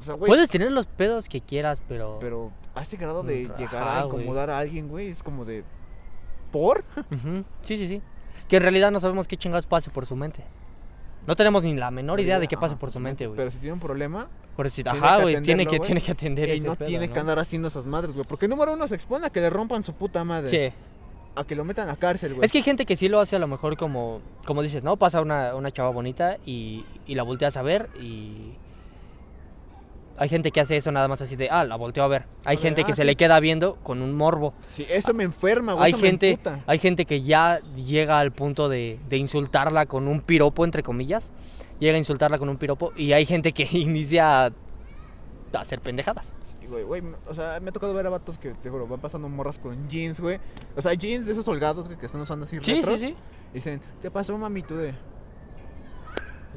A: O sea, güey,
B: puedes tener los pedos que quieras, pero...
A: pero a ese grado de
B: Mm,
A: llegar
B: ajá,
A: a
B: güey.
A: incomodar a alguien, güey, es como de... ¿Por?
B: Ujú, Sí, sí, sí. Que en realidad no sabemos qué chingados pase por su mente. No tenemos ni la menor idea de qué
A: Ajá,
B: pasa por su mente, güey.
A: Pero si tiene un problema,
B: Por si,
A: tiene
B: ajá,
A: que
B: güey, tiene
A: atenderlo,
B: que,
A: güey.
B: tiene que atender
A: y
B: ese
A: no
B: pedo,
A: tiene que
B: ¿no?
A: andar haciendo esas madres, güey. Porque número uno se expone a que le rompan su puta madre.
B: Sí.
A: A que lo metan a cárcel, güey.
B: Es que hay gente que sí lo hace a lo mejor como, como dices, ¿no? Pasa una, una chava bonita y, y la volteas a ver y... Hay gente que hace eso nada más así de, ah, la volteo a ver. Hay
A: Ah,
B: gente que se
A: sí.
B: le queda viendo con un morbo.
A: Sí, eso me enferma, Ah, güey.
B: Hay
A: eso me
B: gente,
A: emputa.
B: hay gente que ya llega al punto de, de insultarla con un piropo, entre comillas. Llega a insultarla con un piropo y hay gente que inicia a a hacer pendejadas.
A: Sí, güey, güey, me- o sea, me ha tocado ver a vatos que, te juro, van pasando morras con jeans, güey. O sea, jeans de esos holgados, güey, que están usando así
B: Sí, sí,
A: retros.
B: sí.
A: Dicen, ¿qué pasó, mami, tú de...?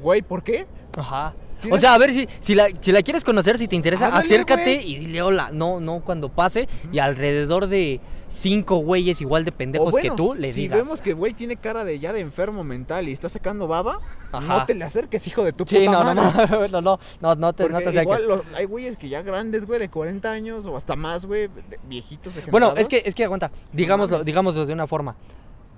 A: Güey, ¿por qué?
B: Ajá. O
A: Tienes-
B: sea, a ver, si, si, la, si la quieres conocer, si te interesa,
A: Ándale,
B: acércate
A: güey.
B: y dile hola. No, no, cuando pase y alrededor de cinco güeyes igual de
A: O
B: pendejos
A: bueno,
B: que tú, le
A: si
B: digas.
A: vemos que güey tiene cara de ya de enfermo mental y está sacando baba,
B: Ajá.
A: no te le acerques, hijo de tu
B: Sí,
A: puta
B: no, no,
A: madre.
B: no, no, no, no, no te,
A: Porque
B: no te acerques.
A: igual los- hay güeyes que ya grandes, güey, de 40 años o hasta más, güey, de- viejitos
B: Bueno,
A: degenerados.
B: es que, es que aguanta, digámoslo,
A: mames.
B: digámoslo de una forma.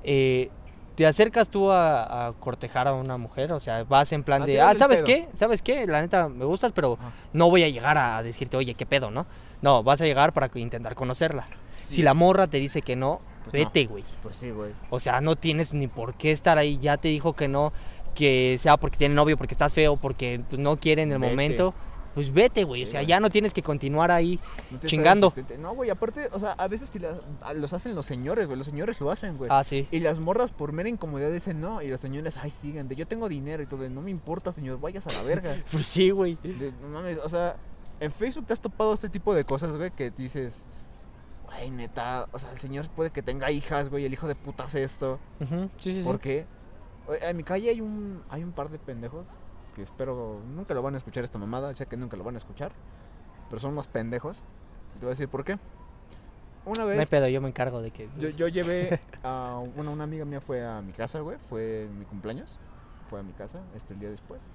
B: Eh, te acercas tú a, a cortejar a una mujer, o sea, vas en plan
A: A
B: de,
A: tirarle
B: ah,
A: el
B: ¿sabes
A: pedo".
B: qué? ¿Sabes qué? La neta, me gustas, pero
A: Ajá.
B: no voy a llegar a decirte, oye, qué pedo, ¿no? No, vas a llegar para que- intentar conocerla.
A: Sí.
B: Si la morra te dice que no,
A: Pues
B: vete, güey.
A: Pues sí, güey.
B: O sea, no tienes ni por qué estar ahí, ya te dijo que no, que sea porque tiene novio, porque estás feo, porque pues, no quiere en el
A: Vete.
B: momento. Pues vete, güey, o
A: Sí,
B: sea,
A: güey.
B: ya no tienes que continuar ahí.
A: No te
B: Chingando.
A: estás resistente. No, güey, aparte, o sea, a veces que la- a- los hacen los señores, güey, los señores lo hacen, güey.
B: Ah, sí.
A: Y las morras por mera incomodidad dicen no, y los señores, ay, sigan, de yo tengo dinero y todo, de, no me importa, señor, vayas a la verga.
B: Pues sí, güey.
A: De- no mames, o sea, en Facebook te has topado este tipo de cosas, güey, que dices, güey, neta, o sea, el señor puede que tenga hijas, güey, el hijo de puta hace esto.
B: Ujú, Sí, sí, sí.
A: ¿Por qué? Oye, En mi calle hay un, hay un par de pendejos que espero nunca lo van a escuchar esta mamada, ya que nunca lo van a escuchar, pero son unos pendejos. Y te voy a decir por qué. Una
B: No hay
A: vez
B: pedo, yo me encargo de que.
A: yo, yo llevé a una, una amiga mía fue a mi casa, güey, fue mi cumpleaños, fue a mi casa, este el día después.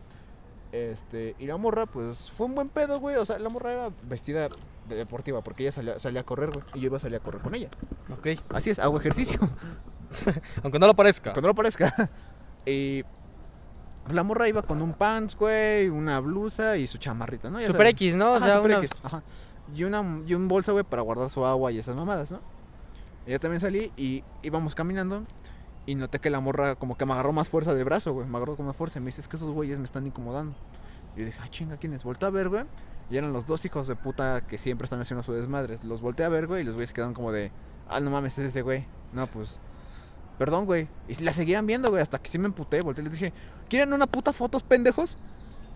A: Este, y la morra, pues, fue un buen pedo, güey. O sea, la morra era vestida de deportiva, porque ella salía, salía a correr, güey. Y yo iba a salir a correr con ella.
B: Ok.
A: Así es, hago ejercicio.
B: Aunque no lo parezca.
A: Cuando no parezca. Y la morra iba con un pants, güey, una blusa y su chamarrita, ¿no? Ya
B: Super
A: saben.
B: X, ¿no? O
A: Ajá,
B: sea,
A: Super
B: una-
A: X, ajá. Y, una, y un bolso, güey, para guardar su agua y esas mamadas, ¿no? Y yo también salí y íbamos caminando y noté que la morra como que me agarró más fuerza del brazo, güey. Me agarró con más fuerza y me dice, es que esos güeyes me están incomodando. Y yo dije, ah, chinga, ¿quiénes? Volté a ver, güey. Y eran los dos hijos de puta que siempre están haciendo su desmadre. Los volteé a ver, güey, y los güeyes se quedaron como de, ah, no mames, es ese güey. No, pues, perdón, güey. Y la seguían viendo, güey, hasta que sí me emputé. Volteé y les dije, ¿quieren una puta fotos, pendejos?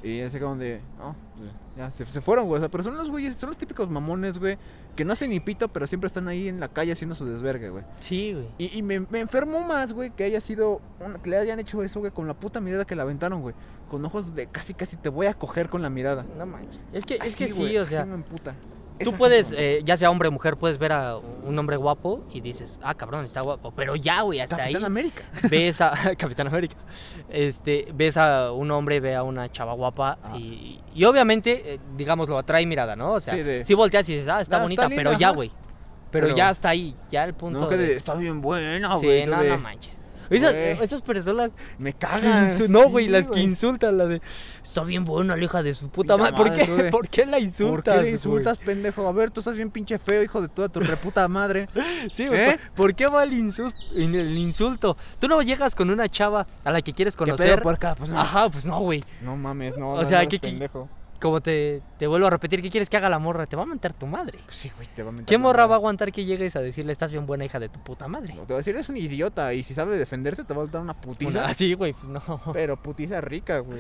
A: Y ese cabrón de. No, pues, ya, se, se fueron, güey. O sea, pero son los güeyes, son los típicos mamones, güey. Que no hacen ni pito, pero siempre están ahí en la calle haciendo su desvergue, güey.
B: Sí, güey.
A: Y, y me, me enfermo más, güey, que haya sido. un- que le hayan hecho eso, güey, con la puta mirada que la aventaron, güey. Con ojos de casi, casi te voy a coger con la mirada.
B: No manches. Es que, es
A: Así,
B: que sí,
A: Ah, güey,
B: o
A: así
B: sea.
A: me emputa. Esa
B: Tú
A: gente
B: puedes,
A: me
B: eh, ya sea hombre o mujer, puedes ver a un hombre guapo y dices, ah, cabrón, está guapo. Pero ya, güey, hasta
A: Capitán
B: ahí.
A: América.
B: Ves a. Capitán América. Este, ves a un hombre, ve a una chava guapa
A: Ajá.
B: y, y obviamente, eh, digámoslo, atrae mirada, ¿no? O sea,
A: Sí, de-
B: sí volteas y dices, ah, está
A: Ah, está
B: bonita,
A: linda,
B: pero ya,
A: ajá.
B: güey. Pero,
A: Pero-
B: ya hasta ahí, ya el punto.
A: No, que
B: de-
A: de, está bien buena,
B: sí,
A: güey. tú
B: no,
A: de,
B: no manches. Esas,
A: Güey.
B: esas personas.
A: Me
B: que
A: cagas.
B: insu- no, güey,
A: Sí,
B: las que insultan, la de. Está bien buena la hija de su puta
A: Puta
B: madre. ¿Por
A: madre,
B: qué,
A: tú de-
B: ¿Por qué la
A: ¿Por
B: insultas?
A: qué le
B: güey?
A: insultas, pendejo? A ver, tú estás bien pinche feo, hijo de toda tu reputa madre.
B: Sí, güey,
A: ¿Eh?
B: ¿por por qué va el, insus- en el insulto? Tú no llegas con una chava a la que quieres
A: ¿Qué
B: conocer.
A: pedo, puerca? Pues no.
B: Ajá, pues no, güey.
A: No mames, no.
B: O
A: no,
B: sea,
A: no,
B: que- que-
A: pendejo.
B: Como te, te vuelvo a repetir, ¿qué quieres que haga la morra? Te va a mentar tu madre.
A: Pues sí, güey, te va a mentar
B: ¿Qué
A: la
B: morra va a
A: madre.
B: aguantar que llegues a decirle estás bien buena hija de tu puta madre?
A: No, Te va a decir, eres un idiota y si sabe defenderse te va a dar una putiza.
B: Una- Así, güey, no.
A: Pero putiza rica, güey.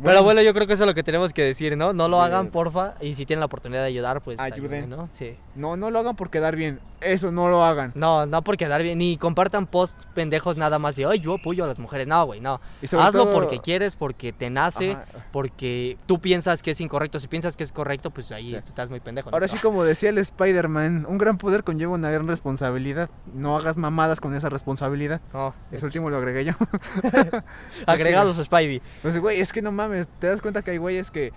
B: Pero bueno, yo creo que eso es lo que tenemos que decir, ¿no? No lo
A: Sí.
B: hagan, porfa. Y si tienen la oportunidad de ayudar, pues
A: Ayuden.
B: ¿no? Sí.
A: No, no lo hagan por quedar bien. Eso no lo hagan.
B: No, no por quedar bien. Ni compartan post pendejos nada más de, ay, yo apoyo a las mujeres. No, güey, no.
A: Y sobre
B: Hazlo
A: todo-
B: porque quieres, porque te nace,
A: Ajá.
B: porque tú piensas que es incorrecto. Si piensas que es correcto, pues ahí
A: Sí.
B: estás muy pendejo. ¿no?
A: Ahora sí, como decía el Spider-Man, un gran poder conlleva una gran responsabilidad. No hagas mamadas con esa responsabilidad.
B: No.
A: Eso último lo agregué yo.
B: Agregados Spidey.
A: Pues, güey, es que no mames, te das cuenta que hay güeyes que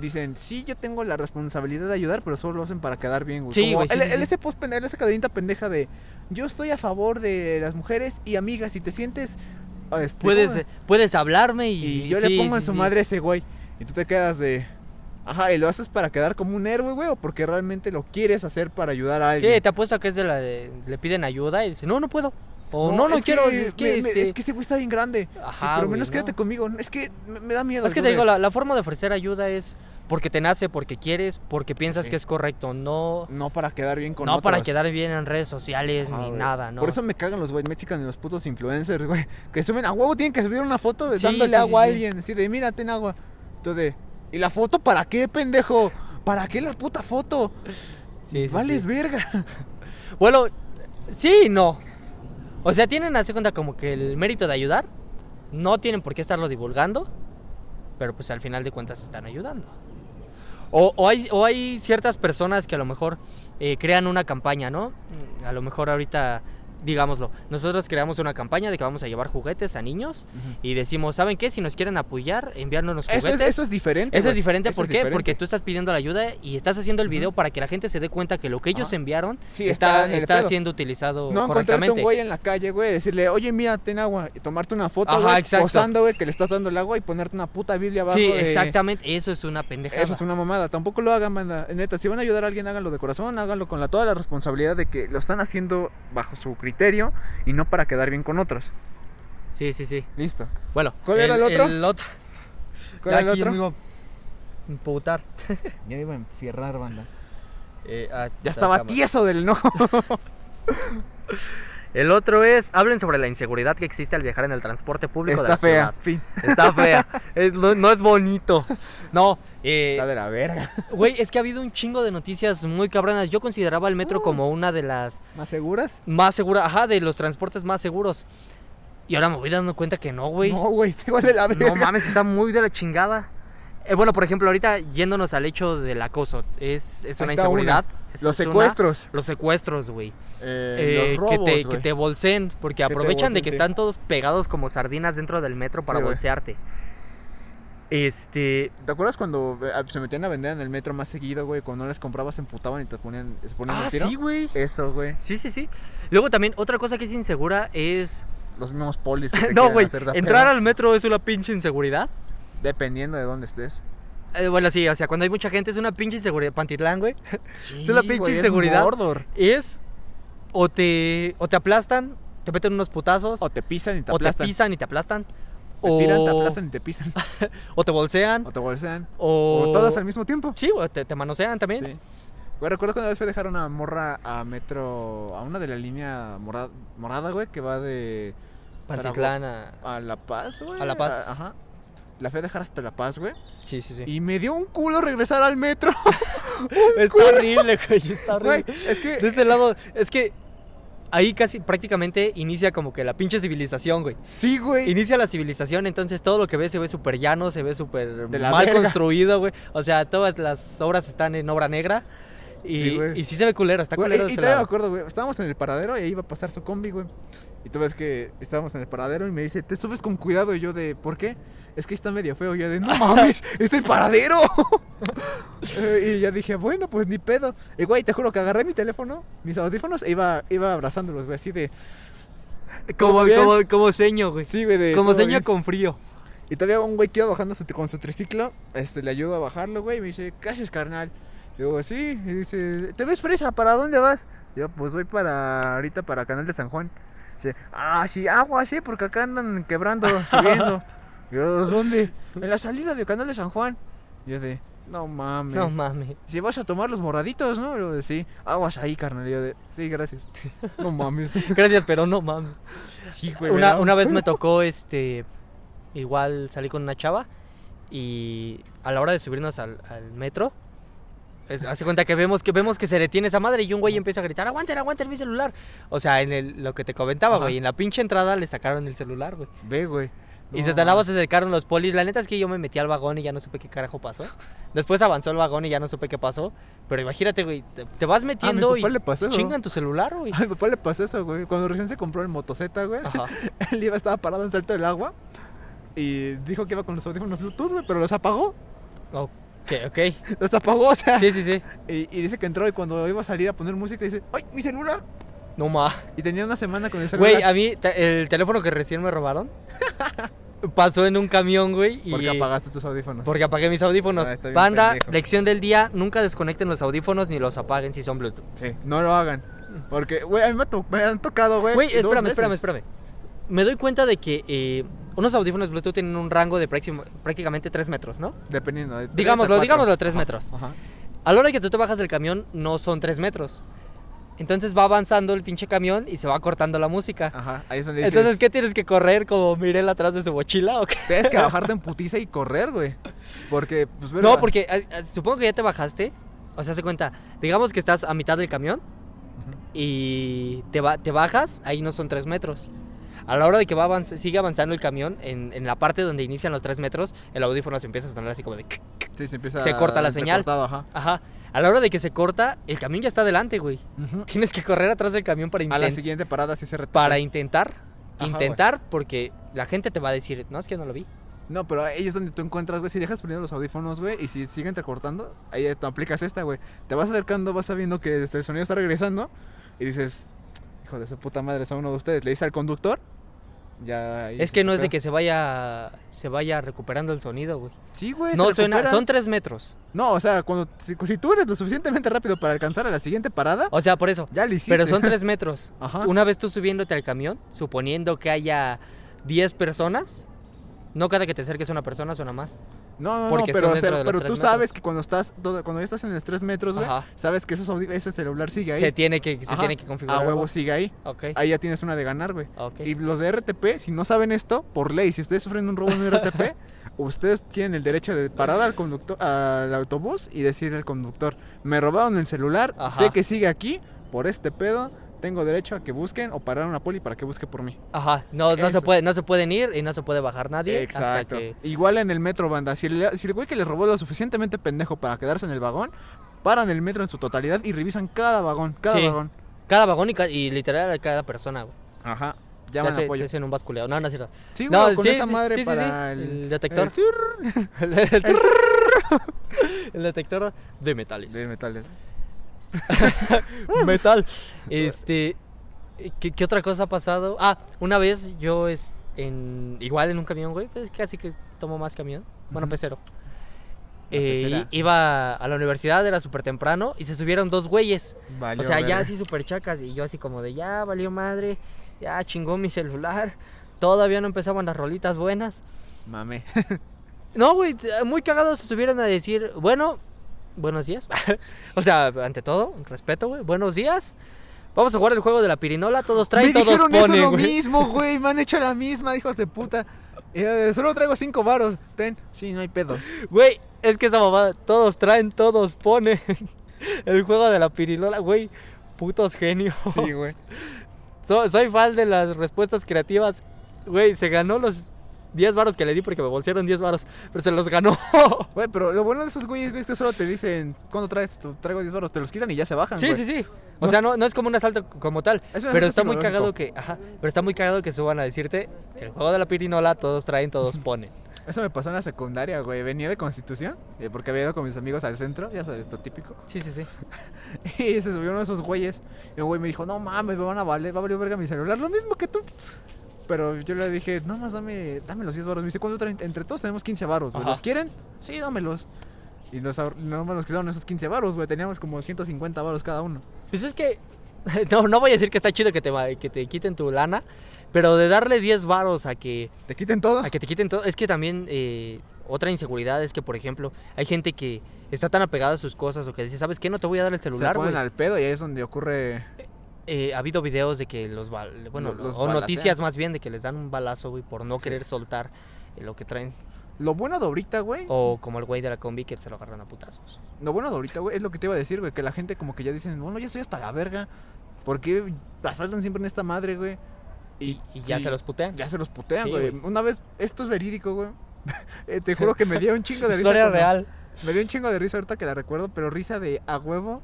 A: dicen, sí, yo tengo la responsabilidad de ayudar, pero solo lo hacen para quedar bien, güey.
B: Sí,
A: Como
B: güey, sí,
A: el,
B: sí,
A: el-
B: sí.
A: ese post, pende- esa cadenita pendeja de, yo estoy a favor de las mujeres y amigas, si te sientes... este,
B: Puedes,
A: ¿cómo?
B: puedes hablarme y.
A: y yo
B: sí,
A: le pongo en
B: sí,
A: su
B: sí.
A: madre a ese güey. Y tú te quedas de... Ajá, ¿y lo haces para quedar como un héroe, güey? ¿O porque realmente lo quieres hacer para ayudar a alguien?
B: Sí, te apuesto que es de la de. Le piden ayuda y dice, no, no puedo. O no, no,
A: es
B: quiero.
A: que
B: es que.
A: me- me-
B: este-
A: es que ese güey está bien grande. Sí,
B: Ajá,
A: pero
B: güey,
A: menos
B: no.
A: quédate conmigo. Es que me, me da miedo.
B: Es que
A: yo
B: te
A: de-
B: digo, la, la forma de ofrecer ayuda es porque te nace, porque quieres, porque piensas
A: Sí.
B: que es correcto, no,
A: No para quedar bien con
B: no para
A: otros.
B: quedar bien en redes sociales
A: Ajá,
B: ni
A: güey.
B: nada, ¿no?
A: Por eso me cagan los white mexicanos y los putos influencers, güey. Que suben a huevo, tienen que subir una foto de
B: Sí,
A: dándole
B: sí, sí,
A: agua a
B: sí.
A: alguien. Así de, mira, ten agua. Tú de, ¿y la foto para qué, pendejo? ¿Para qué la puta foto?
B: Sí, sí,
A: Vales
B: sí.
A: verga.
B: Bueno, sí y no. O sea, tienen, hace cuenta como que el mérito de ayudar, no tienen por qué estarlo divulgando, pero pues al final de cuentas están ayudando. O, o hay, o hay ciertas personas que a lo mejor eh, crean una campaña, ¿no? Mm, A lo mejor ahorita, digámoslo, nosotros creamos una campaña de que vamos a llevar juguetes a niños y decimos, ¿saben qué? Si nos quieren apoyar, enviándonos juguetes.
A: Eso es, eso es diferente.
B: Eso es
A: güey.
B: diferente,
A: Eso
B: ¿por
A: es
B: qué?
A: diferente.
B: Porque tú estás pidiendo la ayuda y estás haciendo el video para que la gente se dé cuenta que lo que ellos
A: Ajá.
B: enviaron
A: Sí, está
B: está,
A: en el
B: está
A: pedo.
B: siendo utilizado
A: No encontrarte un
B: correctamente.
A: güey en la calle, güey, decirle, oye, mira, ten agua, y tomarte una foto,
B: Ajá,
A: güey,
B: exacto.
A: posando, güey, que le estás dando el agua y ponerte una puta Biblia abajo.
B: sí,
A: de-
B: exactamente, eso es una pendejada.
A: Eso es una mamada, tampoco lo hagan, banda. Neta, si van a ayudar a alguien, háganlo de corazón, háganlo con la, toda la responsabilidad de que lo están haciendo bajo su criterio y no para quedar bien con otros.
B: Sí, sí, sí.
A: Listo.
B: Bueno,
A: ¿Cuál era el otro?
B: El otro.
A: ¿Cuál era
B: Ya
A: el
B: aquí
A: otro?
B: me iba a Imputar.
A: Ya iba a enfierrar, banda.
B: Eh, ah,
A: Ya estaba
B: cámara.
A: tieso del enojo.
B: El otro es, hablen sobre la inseguridad que existe al viajar en el transporte público de
A: Está
B: la
A: fea.
B: ciudad. Eh,
A: Fin.
B: Está fea. Es- no, no es bonito. No, eh,
A: Está de la verga.
B: Güey, es que ha habido un chingo de noticias muy cabronas. Yo consideraba el
A: Uh.
B: metro como una de las
A: ¿Más seguras?
B: más seguras, ajá, de los transportes más seguros. Y ahora me voy dando cuenta que no, güey.
A: No, güey, está igual de la verga.
B: No mames, está muy de la chingada. Eh, bueno, por ejemplo, ahorita yéndonos al hecho del acoso, es, es
A: Ahí
B: una
A: está
B: inseguridad. es-
A: Los
B: es una-
A: secuestros.
B: los secuestros, güey.
A: Eh,
B: Eh,
A: los robos,
B: que, te, que
A: güey.
B: te bolseen, porque
A: te
B: aprovechan de
A: bolseen,
B: que
A: sí.
B: están todos pegados como sardinas dentro del metro para
A: Sí, güey.
B: bolsearte. Este,
A: ¿Te acuerdas cuando eh, se metían a vender en el metro más seguido, güey? Cuando no les comprabas, se emputaban y te ponían, se ponían
B: ah,
A: el tiro.
B: sí, güey.
A: Eso, güey.
B: Sí, sí, sí. Luego también otra cosa que es insegura es
A: Los mismos polis que te
B: No,
A: quieren
B: güey,
A: hacer de
B: entrar
A: pedo,
B: al metro es una pinche inseguridad.
A: Dependiendo de dónde estés.
B: Eh, bueno, sí, o sea, cuando hay mucha gente es una pinche inseguridad. Pantitlán, güey. es una pinche
A: güey, es
B: inseguridad.
A: Mordor.
B: Es o te, o te aplastan, te meten unos putazos,
A: O
B: o
A: te pisan y te
B: te,
A: aplastan.
B: pisan y te aplastan,
A: Te
B: o,
A: tiran, te aplastan y te pisan.
B: o te bolsean,
A: O te bolsean.
B: o,
A: O todas al mismo tiempo.
B: Sí, o te, te manosean también.
A: Sí. Güey, recuerdo cuando una vez fui a dejar una morra a metro, a una de la línea morada, morada güey, que va de
B: Pantitlán, ah, a-
A: a La Paz, güey.
B: A La Paz.
A: ajá. La fui a dejar hasta La Paz, güey.
B: Sí, sí, sí.
A: Y me dio un culo regresar al metro.
B: Está horrible, güey, está horrible.
A: Güey, es que
B: De ese lado, es que ahí casi prácticamente inicia como que la pinche civilización, güey.
A: Sí, güey.
B: Inicia la civilización, entonces todo lo que ves se ve súper llano, se ve súper
A: De la
B: mal
A: verga.
B: construido, güey. O sea, todas las obras están en obra negra. Y
A: Sí,
B: sí,
A: güey.
B: y sí se ve culero, está
A: Güey,
B: culero.
A: y, y
B: ese
A: todavía me
B: lado.
A: acuerdo, güey. Estábamos en el paradero y ahí iba a pasar su combi, güey. Y tú ves que estábamos en el paradero y me dice, te subes con cuidado. Y yo de, ¿por qué? Es que está medio feo. Y yo de, no mames, es el paradero. Eh, y ya dije, bueno, pues ni pedo. Y güey, te juro que agarré mi teléfono, mis audífonos, e iba, iba abrazándolos, güey, así de,
B: Como,
A: bien.
B: como, como seño, güey.
A: sí, güey, de.
B: como
A: todo
B: seño
A: bien.
B: con frío.
A: Y todavía un güey que iba bajando su tri- con su triciclo, este, le ayudo a bajarlo, güey, y me dice, ¿qué haces, carnal? Digo, sí, y dice, ¿te ves fresa? ¿Para dónde vas? Yo, pues voy para, ahorita para Canal de San Juan. Dice, ah, sí, agua, sí, porque acá andan quebrando, subiendo. Yo, ¿dónde? En la salida de Canal de San Juan. Yo de, no mames.
B: No mames.
A: Si vas a tomar los moraditos, ¿no? Yo de, sí, aguas ahí, carnal. Yo de, sí, gracias. No mames.
B: Gracias, pero no mames.
A: Sí, güey. me
B: Una,
A: da-
B: una vez me tocó, este, igual salí con una chava y a la hora de subirnos al, al metro, es- hace cuenta que vemos que vemos que se detiene esa madre y un güey empieza a gritar, aguanten, aguanten mi celular. O sea, en el- lo que te comentaba,
A: Ajá.
B: güey, en la pinche entrada le sacaron el celular, güey.
A: Ve, güey.
B: Y se
A: No
B: están se acercaron los polis. La neta es que yo me metí al vagón y ya no supe qué carajo pasó. Después avanzó el vagón y ya no supe qué pasó. Pero imagínate, güey, te, te vas metiendo
A: Ah, papá le
B: y
A: pasó.
B: chingan tu celular, güey.
A: A mi papá le pasó eso, güey. Cuando recién se compró el motoceta, güey.
B: Ajá.
A: Él iba, estaba parado en salto del agua. Y dijo que iba con los audífonos Bluetooth, güey, pero los apagó.
B: Ok, ok.
A: Los apagó, o sea.
B: Sí, sí, sí.
A: Y, y dice que entró y cuando iba a salir a poner música, dice, ¡ay, mi celular!
B: No más.
A: Y tenía una semana con el celular.
B: Güey, a mí te- el teléfono que recién me robaron pasó en un camión, güey. y-
A: porque apagaste tus audífonos.
B: Porque apagué mis audífonos.
A: Ah, está bien
B: Banda,
A: pendejo.
B: lección del día, nunca desconecten los audífonos ni los apaguen si son Bluetooth.
A: Sí, no lo hagan. Porque, güey, a mí me, to- me han tocado, güey.
B: Güey,
A: dos
B: espérame,
A: veces.
B: espérame, espérame. Me doy cuenta de que eh, unos audífonos Bluetooth tienen un rango de próximo- prácticamente 3 metros, ¿no?
A: Dependiendo. de tres a
B: Digámoslo,
A: cuatro.
B: digámoslo 3 metros.
A: Ajá.
B: A la hora que tú te bajas del camión, no son 3 metros. Entonces va avanzando el pinche camión y se va cortando la música.
A: Ajá. Ahí es donde dices,
B: Entonces, ¿qué tienes que correr como Mirel atrás de su mochila o qué?
A: Tienes que bajarte en putiza y correr, güey. Porque, pues,
B: No,
A: verga.
B: porque ah, ah, supongo que ya te bajaste. O sea, se cuenta. Digamos que estás a mitad del camión
A: Ujú.
B: y te, ba- te bajas, ahí no son tres metros. A la hora de que va avanz- sigue avanzando el camión, en, en la parte donde inician los tres metros, el audífono se empieza a sonar así como de... "Kik".
A: Sí, se empieza
B: se corta la señal.
A: entrecortado, Ajá.
B: Ajá. A la hora de que se corta, el camión ya está adelante, güey.
A: Ujú.
B: Tienes que correr atrás del camión para,
A: A la
B: inten-
A: siguiente parada sí se retoca.
B: para intentar.
A: Ajá,
B: intentar porque la gente te va a decir, no, es que yo no lo vi.
A: No, pero ahí es donde tú encuentras, güey. Si dejas poniendo los audífonos, güey, y si siguen te cortando, ahí te aplicas esta, güey. Te vas acercando, vas sabiendo que este, el sonido está regresando y dices, hijo de su puta madre, son uno de ustedes. Le dices al conductor, ya. ahí
B: Es
A: se
B: que no es de
A: recupera.
B: que se vaya, se vaya recuperando el sonido, güey.
A: Sí, güey. se
B: No suena,
A: recupera.
B: son tres metros.
A: No, o sea, cuando si, si tú eres lo suficientemente rápido para alcanzar a la siguiente parada,
B: O sea, por eso.
A: ya le hiciste.
B: Pero son tres metros.
A: Ajá.
B: Una vez tú subiéndote al camión, suponiendo que haya 10 personas, no cada que te acerques a una persona suena más.
A: No, no, no,
B: porque
A: pero,
B: son
A: o
B: dentro
A: sea,
B: de los
A: pero
B: tres
A: tú
B: metros.
A: sabes que cuando estás todo- cuando ya estás en los tres metros, güey,
B: Ajá.
A: sabes que esos audí- ese celular sigue ahí.
B: Se tiene que, se
A: Ajá.
B: tiene que configurar.
A: A
B: algo.
A: huevo sigue ahí.
B: Ok.
A: Ahí ya tienes una de ganar, güey.
B: ok.
A: Y los de RTP, si no saben esto, por ley, si ustedes sufren un robo en un RTP, ustedes tienen el derecho de parar al conductor, al autobús y decirle al conductor, me robaron el celular,
B: Ajá.
A: sé que sigue aquí, por este pedo, tengo derecho a que busquen o parar a una poli para que busque por mí.
B: Ajá. No, no se
A: Eso.
B: puede, no se pueden ir y no se puede bajar nadie hasta que.
A: Igual en el metro, banda, si el, si el güey que les robó lo suficientemente pendejo para quedarse en el vagón, paran el metro en su totalidad y revisan cada vagón, cada
B: Sí.
A: vagón.
B: Cada vagón y, ca- y literal a cada persona, güey.
A: Ajá.
B: Te
A: Llaman
B: hace-
A: apoyo.
B: te hacen un basculeo. No, no es cierto.
A: Sí,
B: No,
A: güey, con
B: sí,
A: esa
B: sí,
A: madre
B: sí, sí, sí,
A: para el,
B: el
A: el
B: detector.
A: tiurr
B: El detector de metales.
A: de metales.
B: metal. Este, ¿qué, qué otra cosa ha pasado? Ah, una vez yo es en igual en un camión, güey, pues casi que tomo más camión. Bueno,
A: Ujú.
B: pesero.
A: La
B: Eh,
A: pecera.
B: i- iba a la universidad, era súper temprano, y se subieron dos güeyes.
A: Valió
B: o sea, ya
A: verga.
B: así súper chacas. Y yo así como de, ya valió madre, ya chingó mi celular. Todavía no empezaban las rolitas buenas.
A: Mame.
B: No, güey, t- muy cagados se subieron a decir, bueno, buenos días. o sea, ante todo, respeto, güey, buenos días. Vamos a jugar el juego de la pirinola, todos traen,
A: Me
B: todos
A: dijeron
B: ponen,
A: eso lo
B: güey.
A: mismo, güey. Me han hecho la misma, hijos de puta. Eh, solo traigo cinco varos. Ten. Sí, no hay pedo.
B: Güey, es que esa mamada, todos traen, todos ponen. el juego de la pirinola, güey, putos genios.
A: Sí, güey.
B: So- soy fan de las respuestas creativas. Güey, se ganó los 10 varos que le di porque me bolsearon 10 varos, pero se los ganó.
A: Güey, pero lo bueno de esos güeyes güey, es que solo te dicen, ¿cuándo traes? Tu, traigo 10 baros, te los quitan y ya se bajan.
B: sí,
A: Ah, güey.
B: sí, sí. O
A: No
B: sea, no, no es como un asalto como tal,
A: Es un asalto
B: pero está muy cagado
A: psicológico.
B: que, ajá, pero está muy cagado que suban a decirte el juego de la pirinola todos traen, todos ponen.
A: Eso me pasó en la secundaria, güey. Venía de Constitución, eh, porque había ido con mis amigos al centro, ya sabes, lo típico.
B: Sí, sí, sí.
A: Y se subió uno de esos güeyes. Y un güey me dijo, no mames, me van a valer, va a valer verga mi celular, lo mismo que tú. Pero yo le dije, no más dame, dame los 10 baros. Me dice, ¿cuánto traen? Entre todos tenemos 15 baros, güey.
B: Ajá.
A: ¿Los quieren? Sí, dámelos. Y nos, ahor- no me nos quedaron esos 15 baros, güey. Teníamos como 150 baros cada uno.
B: Pues es que, no, no voy a decir que está chido que te, va- que te quiten tu lana, pero de darle 10 varos a que
A: ¿Te quiten todo?
B: A que te quiten todo. Es que también eh, otra inseguridad es que, por ejemplo, hay gente que está tan apegada a sus cosas o que dice, ¿sabes qué? No te voy a dar el
A: Se
B: celular,
A: ponen
B: güey.
A: al pedo y ahí es donde ocurre
B: Eh, ha habido videos de que los... bal- Bueno,
A: Los- los
B: o noticias
A: balacean.
B: más bien de que les dan un balazo, güey, por no querer soltar eh, lo que traen.
A: Lo bueno de ahorita, güey.
B: O como el güey de la combi que se lo agarran a putazos.
A: Lo bueno de ahorita, güey, es lo que te iba a decir, güey. Que la gente como que ya dicen, bueno, ya estoy hasta la verga. ¿Por qué asaltan siempre en esta madre, güey?
B: Y, y ya
A: sí,
B: se los putean.
A: Ya se los putean,
B: Sí,
A: güey.
B: güey.
A: Una vez, esto es verídico, güey. Eh, te juro que me dio un chingo de risa.
B: Historia
A: cuando-
B: real.
A: Me dio un chingo de risa ahorita que la recuerdo, pero risa de a huevo.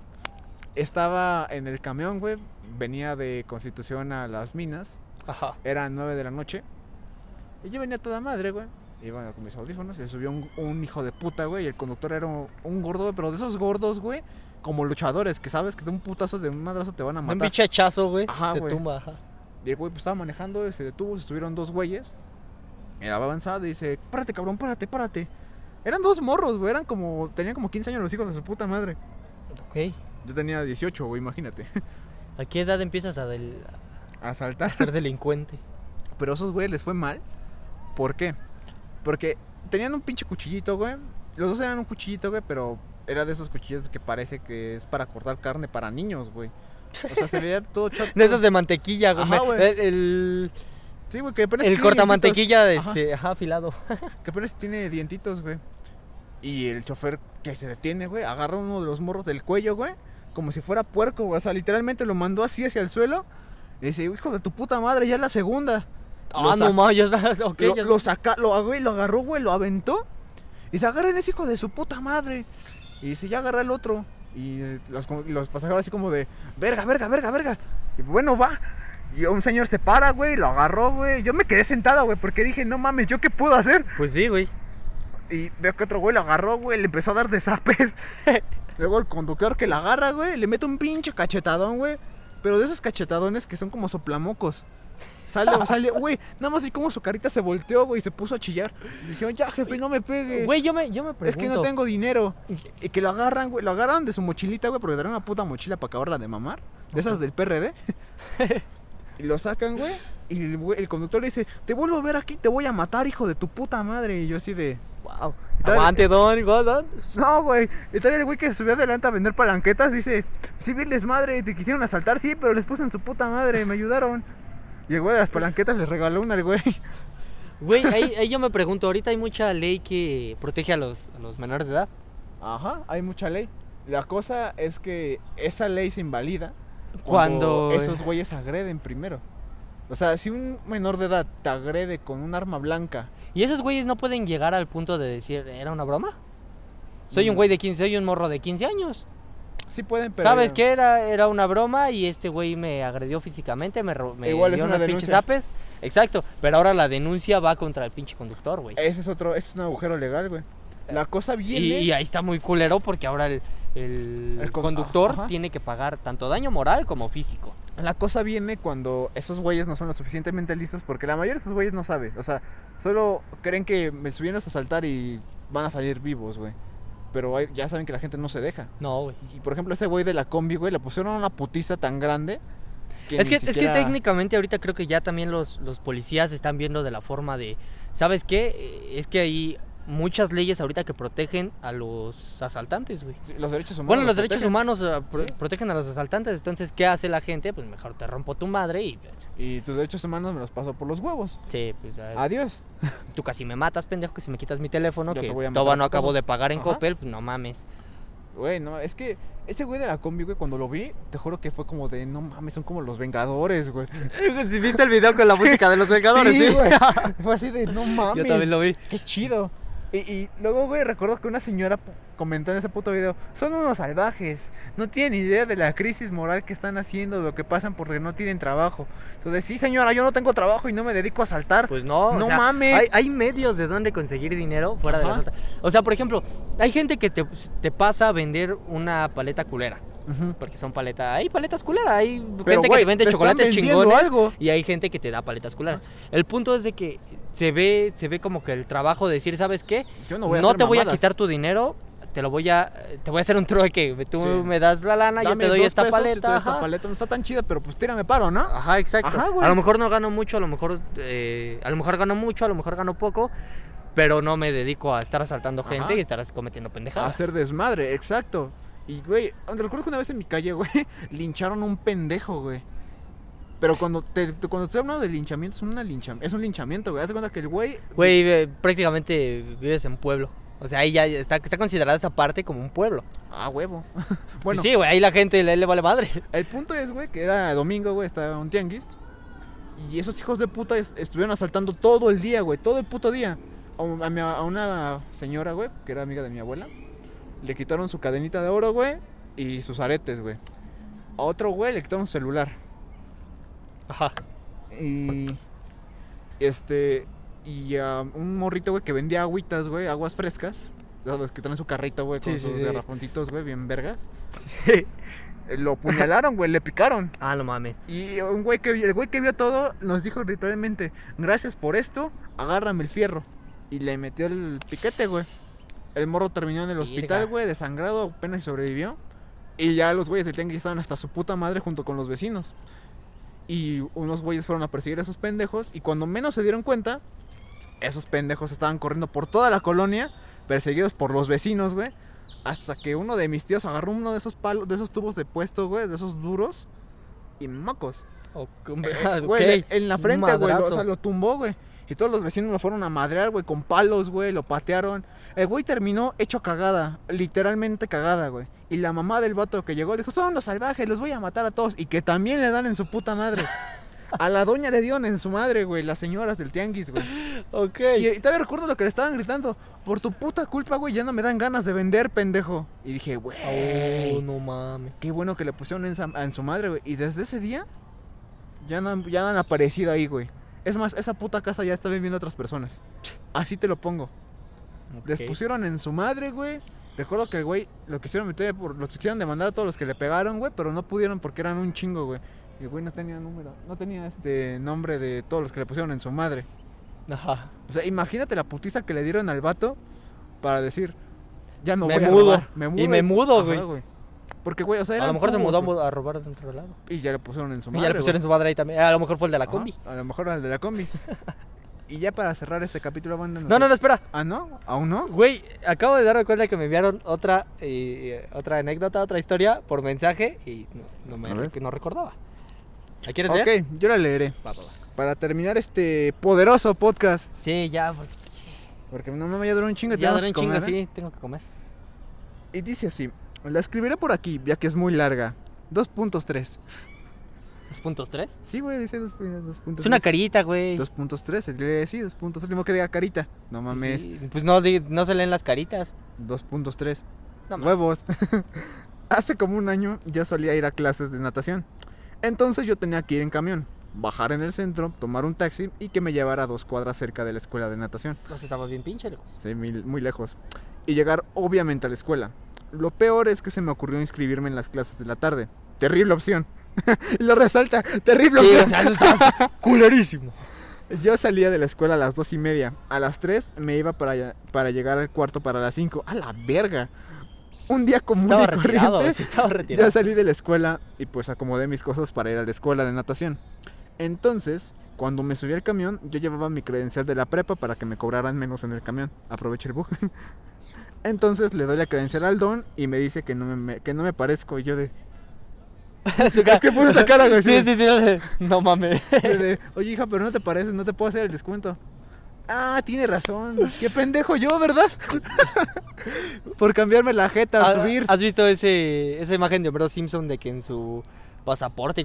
A: Estaba en el camión, güey. Venía de Constitución a las minas.
B: Ajá.
A: Eran 9 de la noche. Y yo venía toda madre, güey. Iba con mis audífonos. Se subió un, un hijo de puta, güey. Y el conductor era un, un gordo, güey, pero de esos gordos, güey. Como luchadores, que sabes que de un putazo, de un madrazo te van a
B: Un
A: matar.
B: pinche hachazo, güey.
A: Ajá,
B: Se
A: güey.
B: tumba, ajá.
A: Y el güey pues, estaba manejando, se detuvo, se subieron dos güeyes. Y va avanzada y dice, párate cabrón, párate, párate. Eran dos morros, güey, eran como, tenían como 15 años los hijos de su puta madre.
B: Ok.
A: Yo tenía 18, güey, imagínate.
B: ¿A qué edad empiezas a, del-
A: A
B: a
A: saltar.
B: ser delincuente?
A: Pero a esos güeyes les fue mal. ¿Por qué? Porque tenían un pinche cuchillito, güey. Los dos eran un cuchillito, güey, pero era de esos cuchillos que parece que es para cortar carne para niños, güey. O sea, se veía todo chato.
B: De esas de mantequilla, güey.
A: Ajá,
B: Me-
A: güey.
B: El, el,
A: Sí, güey, que apenas
B: el
A: tiene
B: cortamantequilla,
A: dientitos. Ajá.
B: este, ajá, afilado.
A: Que apenas tiene dientitos, güey. Y el chofer que se detiene, güey, agarra uno de los morros del cuello, güey. Como si fuera puerco, güey. O sea, literalmente lo mandó así hacia el suelo. Y dice, hijo de tu puta madre, ya es la segunda.
B: Ah, no
A: sac-
B: mames, ya está- ok,
A: lo,
B: ya-
A: lo saca, lo, ah, güey, lo agarró, güey, lo aventó. Y se agarra ese hijo de su puta madre. Y dice, ya agarra el otro. Y eh, los, como- los pasajeros así como de, verga, verga, verga, verga. Y bueno, va. Y un señor se para, güey, lo agarró, güey. Yo me quedé sentada, güey, porque dije, no mames, ¿yo qué puedo hacer?
B: Pues sí, güey.
A: Y veo que otro güey lo agarró, güey, le empezó a dar de zapes. Luego el conductor que la agarra, güey, le mete un pinche cachetadón, güey. Pero de esos cachetadones que son como soplamocos. Sale, sale, güey, nada más vi cómo su carita se volteó, güey, y se puso a chillar. Dijeron, ya, jefe, no me pegue.
B: Güey, yo me, yo me
A: es
B: pregunto.
A: que no tengo dinero. Y que lo agarran, güey, lo agarran de su mochilita, güey, porque traen una puta mochila para acabarla de mamar. De esas del PRD. y lo sacan, güey. Y el, güey- el conductor le dice, te vuelvo a ver aquí, te voy a matar, hijo de tu puta madre. Y yo así de, wow.
B: Aguante, don, go, don.
A: No, güey. Y todavía el güey que subió adelante a vender palanquetas dice: Sí, bien desmadre, te quisieron asaltar, sí, pero les puse en su puta madre, me ayudaron. Y el güey de las palanquetas les regaló una al güey.
B: Güey, ahí, ahí yo me pregunto, ahorita hay mucha ley que protege a los, a los menores de edad.
A: Ajá, hay mucha ley. La cosa es que esa ley se invalida
B: Cuando- eh,
A: esos güeyes agreden primero. O sea, si un menor de edad te agrede con un arma blanca,
B: Y esos güeyes no pueden llegar al punto de decir, ¿era una broma? Soy un
A: Mm.
B: güey de 15, soy un morro de 15 años.
A: sí pueden, pero.
B: ¿Sabes qué? Era, era una broma y este güey me agredió físicamente, me, ro- me
A: Igual es
B: dio
A: una
B: unos pinches
A: denuncia.
B: zapes. Exacto, pero ahora la denuncia va contra el pinche conductor, güey.
A: Ese es otro, ese es un agujero legal, güey. La cosa viene.
B: Eh, Y, y ahí está muy culero porque ahora el, el
A: eh? El con-
B: conductor
A: ajá.
B: tiene que pagar tanto daño moral como físico.
A: La cosa viene cuando esos güeyes no son lo suficientemente listos porque la mayoría de esos güeyes no sabe. O sea, solo creen que me subieron a asaltar y van a salir vivos, güey. Pero hay- ya saben que la gente no se deja.
B: No, güey.
A: Y por ejemplo, ese güey de la combi, güey, le pusieron una putiza tan grande que
B: Es
A: ni
B: que, es que
A: siquiera-
B: técnicamente ahorita creo que ya también los, los policías están viendo de la forma de, ¿sabes qué? Eh, Es que hay muchas leyes ahorita que protegen a los asaltantes, güey.
A: Sí, Los derechos humanos.
B: Bueno, los
A: protegen.
B: derechos humanos eh, pro-
A: Sí.
B: protegen a los asaltantes, entonces, ¿qué hace la gente? Pues mejor te rompo tu madre y...
A: Y tus derechos humanos me los paso por los huevos.
B: Sí, pues, eh,
A: Adiós.
B: tú casi me matas, pendejo, que si me quitas mi teléfono,
A: Yo
B: que
A: te voy a
B: todavía
A: matar
B: no acabo
A: cosas.
B: de pagar en
A: Ajá.
B: Coppel, pues no mames.
A: Güey, no, es que ese güey de la combi, güey, cuando lo vi, te juro que fue como de, no mames, son como los Vengadores, güey.
B: Si viste el video con la música de los Vengadores, sí.
A: güey. Fue así de, no mames.
B: Yo también lo vi.
A: Qué chido. Y, y luego, güey, recuerdo que una señora pu- comentó en ese puto video, son unos salvajes, no tienen idea de la crisis moral que están haciendo, de lo que pasan porque no tienen trabajo. Entonces, sí, señora, yo no tengo trabajo y no me dedico a saltar.
B: Pues no, o
A: No
B: sea,
A: mames.
B: Hay, hay medios de donde conseguir dinero fuera de la
A: Ajá.
B: salta. O sea, por ejemplo, hay gente que te, te pasa a vender una paleta culera.
A: Ujú.
B: Porque son paletas. Hay paletas culeras. Hay
A: Pero,
B: gente
A: güey,
B: que te vende
A: están
B: chocolates
A: vendiendo
B: chingones.
A: algo.
B: Y hay gente que te da paletas culeras. El punto es de que se ve, se ve como que el trabajo de decir, ¿sabes qué?
A: Yo no
B: No,
A: voy a
B: te voy a quitar tu dinero. Te lo voy a. Te voy a hacer un trueque. Tú
A: Sí.
B: me das la lana, yo te doy esta
A: esta
B: paleta. ajá.
A: paleta no está tan chida, pero pues tírame paro, ¿no?
B: Ajá, exacto.
A: Ajá, güey.
B: a lo mejor no gano mucho, a lo mejor eh, a lo mejor gano mucho, a lo mejor gano poco, pero no me dedico a estar asaltando gente
A: Ajá.
B: y estar cometiendo
A: A
B: pendejadas.
A: hacer desmadre, exacto. Y, güey, recuerdo que una vez en mi calle, güey, lincharon a un pendejo, güey. Pero cuando te, te- cuando estoy hablando de linchamiento, es, una lincha, es un linchamiento, güey. Haz de cuenta que el güey...
B: Güey, eh, prácticamente vives en pueblo. O sea, ahí ya está, está considerada esa parte como un pueblo.
A: Ah, huevo. bueno,
B: Sí, güey, ahí la gente le, le vale madre.
A: el punto es, güey, que era domingo, güey, estaba un tianguis. Y esos hijos de puta es- estuvieron asaltando todo el día, güey, todo el puto día. A, un- a mi- a una señora, güey, que era amiga de mi abuela, le quitaron su cadenita de oro, güey, y sus aretes, güey. A otro, güey, le quitaron su celular.
B: Ajá.
A: Y. Este. Y a un morrito, güey, que vendía agüitas, güey, aguas frescas. Ya Sabes que traen su carrito, güey, con
B: Sí, sí,
A: sus
B: sí.
A: garrafontitos, güey, bien vergas. Eh, Lo apuñalaron, güey, le picaron.
B: Ah, no mames.
A: Y un güey que, el güey que vio todo nos dijo literalmente: Gracias por esto, agárrame el fierro. Y le metió el piquete, güey. El morro terminó en el hospital,
B: Virga.
A: güey, desangrado, apenas sobrevivió. Y ya los güeyes del tianguis estaban hasta su puta madre junto con los vecinos. Y unos güeyes fueron a perseguir a esos pendejos. Y cuando menos se dieron cuenta, esos pendejos estaban corriendo por toda la colonia, perseguidos por los vecinos, güey. Hasta que uno de mis tíos agarró uno de esos palos, de esos tubos de puesto, güey, de esos duros. Y mocos.
B: Ok,
A: Eh, Güey,
B: ok,
A: le- en la
B: un
A: frente, güey. lo- O
B: madrazo.
A: sea, lo tumbó, güey. Y todos los vecinos lo fueron a madrear, güey, con palos, güey, lo patearon. El güey terminó hecho cagada, literalmente cagada, güey. Y la mamá del vato que llegó le dijo, son los salvajes, los voy a matar a todos. Y que también le dan en su puta madre. A la doña le dieron en su madre, güey, las señoras del tianguis, güey.
B: Ok.
A: Y, y todavía recuerdo lo que le estaban gritando, por tu puta culpa, güey, ya no me dan ganas de vender, pendejo. Y dije, güey,
B: Oh, no mames.
A: Qué bueno que le pusieron en, sa- en su madre, güey. Y desde ese día ya no, han- ya no han aparecido ahí, güey. Es más, esa puta casa ya está viviendo otras personas. Así te lo pongo.
B: Ok.
A: Les pusieron en su madre, güey. Recuerdo que el güey lo quisieron meter por. Los quisieron demandar a todos los que le pegaron, güey, pero no pudieron porque eran un chingo, güey. Y el güey no tenía número, no tenía este nombre de todos los que le pusieron en su madre.
B: Ajá.
A: O sea, imagínate la putiza que le dieron al vato para decir, ya no
B: Me
A: voy a
B: mudo.
A: robar, me
B: Y
A: mudo.
B: me mudo,
A: Ajá,
B: güey.
A: Porque, güey, o sea,
B: A lo
A: eran
B: mejor se
A: tubos,
B: mudó a
A: güey.
B: mo- a robar de otro lado.
A: Y ya le pusieron en su
B: Y
A: madre.
B: ya le pusieron su madre ahí también. A lo mejor fue el de la
A: güey.
B: combi.
A: Ajá, A lo mejor al de la combi. y ya para cerrar este capítulo, bueno,
B: No, no, no, espera.
A: Ah, no, aún no.
B: Güey, acabo de darme cuenta que me enviaron otra eh, otra anécdota, otra historia por mensaje y no, no
A: A
B: me
A: ver.
B: que no recordaba. ¿La quieres leer?
A: Ok, yo la leeré.
B: Va, va, va.
A: Para terminar este poderoso podcast.
B: Sí, ya, porque
A: Porque no me ya duró un chingo.
B: ya
A: tenemos
B: duré un
A: que
B: chingo,
A: comer, ¿eh?
B: sí, tengo que comer.
A: Y dice así: La escribiré por aquí, ya que es muy larga. 2.3.
B: ¿Dos puntos tres?
A: Sí, güey, dice 2.3.
B: Es una carita, güey.
A: 2.3, se lee así, 2.3. Mismo que diga carita. No mames.
B: Sí, pues no, di- no se leen las caritas.
A: 2.3.
B: No, mames.
A: Huevos. Hace como un año yo solía ir a clases de natación. Entonces yo tenía que ir en camión, bajar en el centro, tomar un taxi y que me llevara a dos cuadras cerca de la escuela de natación.
B: Nos estamos bien pinche lejos.
A: Sí, mil- muy lejos. Y llegar obviamente a la escuela. Lo peor es que se me ocurrió inscribirme en las clases de la tarde. Terrible opción. Lo resalta, terrible
B: Sí,
A: opción.
B: o sea, estás culerísimo.
A: Yo salía de la escuela a las dos y media. A las 3 me iba para, allá- para llegar al cuarto para las 5. ¡A la verga! Un día común
B: Estaba
A: y
B: retirado,
A: corriente.
B: sí, estaba retirado.
A: Ya salí de la escuela y pues acomodé mis cosas para ir a la escuela de natación. Entonces, cuando me subí al camión, yo llevaba mi credencial de la prepa para que me cobraran menos en el camión. Aproveché el bug. Entonces le doy la credencial al don y me dice que no me, me- que no me parezco. Y yo de...
B: Su cara-
A: Es que puse esa cara, güey.
B: Sí, sí, sí. No mames.
A: Yo de, Oye, hija, pero no te pareces, no te puedo hacer el descuento. Ah, tiene razón. Qué pendejo yo, ¿verdad? Por cambiarme la jeta,
B: Ah,
A: a subir.
B: ¿Has visto ese, esa imagen de Homero Simpson de que en su pasaporte,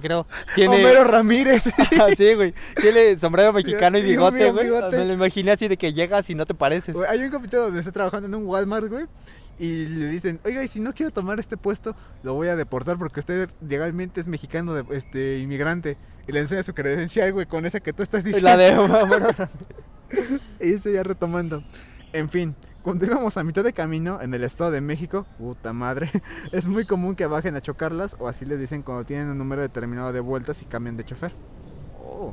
B: creo, tiene...
A: Homero Ramírez.
B: Así, güey. Tiene sombrero mexicano y
A: Dios mío,
B: bigote, güey.
A: bigote.
B: Me lo imaginé así de que llegas y no te pareces.
A: Güey, Hay un capítulo donde está trabajando en un Walmart, güey. Y le dicen, oiga, y si no quiero tomar este puesto, lo voy a deportar porque usted legalmente es mexicano, de- este, inmigrante. Y le enseña su credencial, güey, con esa que tú estás diciendo.
B: La de Homero Ramírez.
A: Y eso ya retomando. En fin, cuando íbamos a mitad de camino en el Estado de México, puta madre, es muy común que bajen a chocarlas o así le dicen cuando tienen un número determinado de vueltas y cambian de chofer. Oh.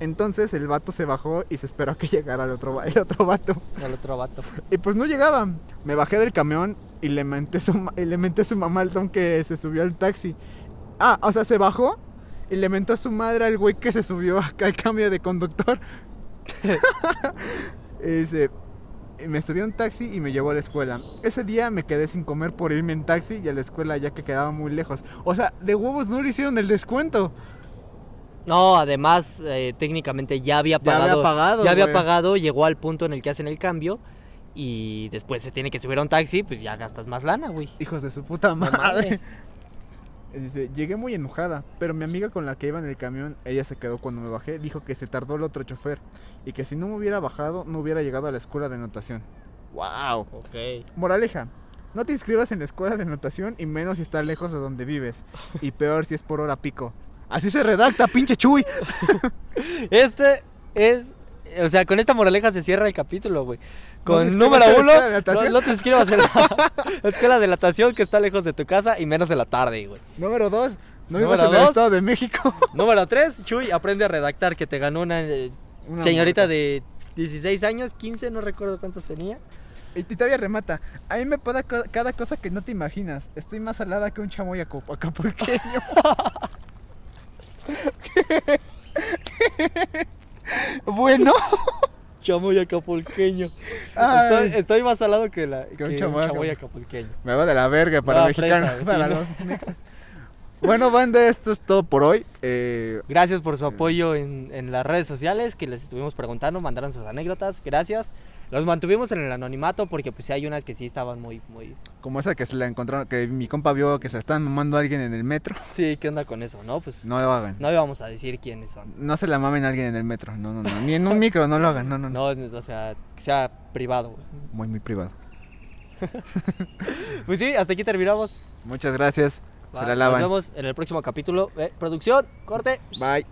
A: Entonces el vato se bajó y se esperó a que llegara el otro, va- el otro vato.
B: Al otro vato.
A: Y pues no llegaba. Me bajé del camión y le menté su, ma- y le menté su mamá al don que se subió al taxi. Ah, o sea, se bajó y le mentó a su madre al güey que se subió acá al cambio de conductor. y dice, y me subí a un taxi y me llevó a la escuela. Ese día me quedé sin comer por irme en taxi y a la escuela ya que quedaba muy lejos. O sea, de huevos no le hicieron el descuento.
B: No, además, eh, técnicamente ya había
A: Ya
B: pagado.
A: había pagado,
B: ya había
A: güey.
B: pagado, llegó al punto en el que hacen el cambio. Y después se tiene que subir a un taxi, pues ya gastas más lana, güey.
A: Hijos de su puta
B: No
A: madre.
B: mames.
A: Y Eh, Dice, llegué muy enojada, pero mi amiga con la que iba en el camión, ella se quedó cuando me bajé, dijo que se tardó el otro chofer y que si no me hubiera bajado no hubiera llegado a la escuela de notación. ¡Wow!
B: Ok.
A: Moraleja, no te inscribas en la escuela de notación y menos si está lejos de donde vives. Y peor si es por hora pico. Así se redacta, pinche chuy.
B: Este es. O sea, con esta moraleja se cierra el capítulo, güey. Con
A: te
B: número
A: inscribas en
B: uno,
A: la escuela de
B: no,
A: natación.
B: no te inscribas en la la escuela de natación que está lejos de tu casa y menos de la tarde, güey.
A: Número dos, no
B: Número
A: vivas en el
B: dos.
A: Estado de México.
B: Número tres, Chuy aprende a redactar que te ganó una eh,
A: Una
B: señorita
A: morra.
B: de 16 años, 15, no recuerdo cuántos tenía.
A: Y y todavía remata. A mí me pasa co- cada cosa que no te imaginas. Estoy más salada que un chamoy acu- acapulqueño. ¿Qué? ¿Qué? Bueno.
B: Chamoy acapulqueño.
A: Ay.
B: Estoy, estoy más salado que, la, que
A: un
B: un
A: chamoy
B: chamoy
A: acapul-
B: acapulqueño.
A: Me va de la verga para
B: No,
A: mexicanos.
B: fresa,
A: para
B: sí, no.
A: los mexas. Bueno, banda, esto es todo por hoy. Eh,
B: Gracias por su apoyo en, en las redes sociales que les estuvimos preguntando, mandaron sus anécdotas, gracias. Los mantuvimos en el anonimato porque pues sí hay unas que sí estaban muy, muy...
A: como esa que se la encontraron, que mi compa vio que se están mamando a alguien en el metro.
B: Sí, ¿qué onda con eso? No, pues no,
A: No lo hagan. No.
B: íbamos a decir quiénes son.
A: se la mamen a alguien en el metro. No, no, no. Ni en un micro, no lo hagan. No, no, no.
B: No, o sea, que sea privado. güey.
A: Muy, muy privado.
B: Pues sí, hasta aquí terminamos.
A: Muchas gracias.
B: Va,
A: se la lavan.
B: Nos vemos en el próximo capítulo. Eh, producción, corte.
A: Bye.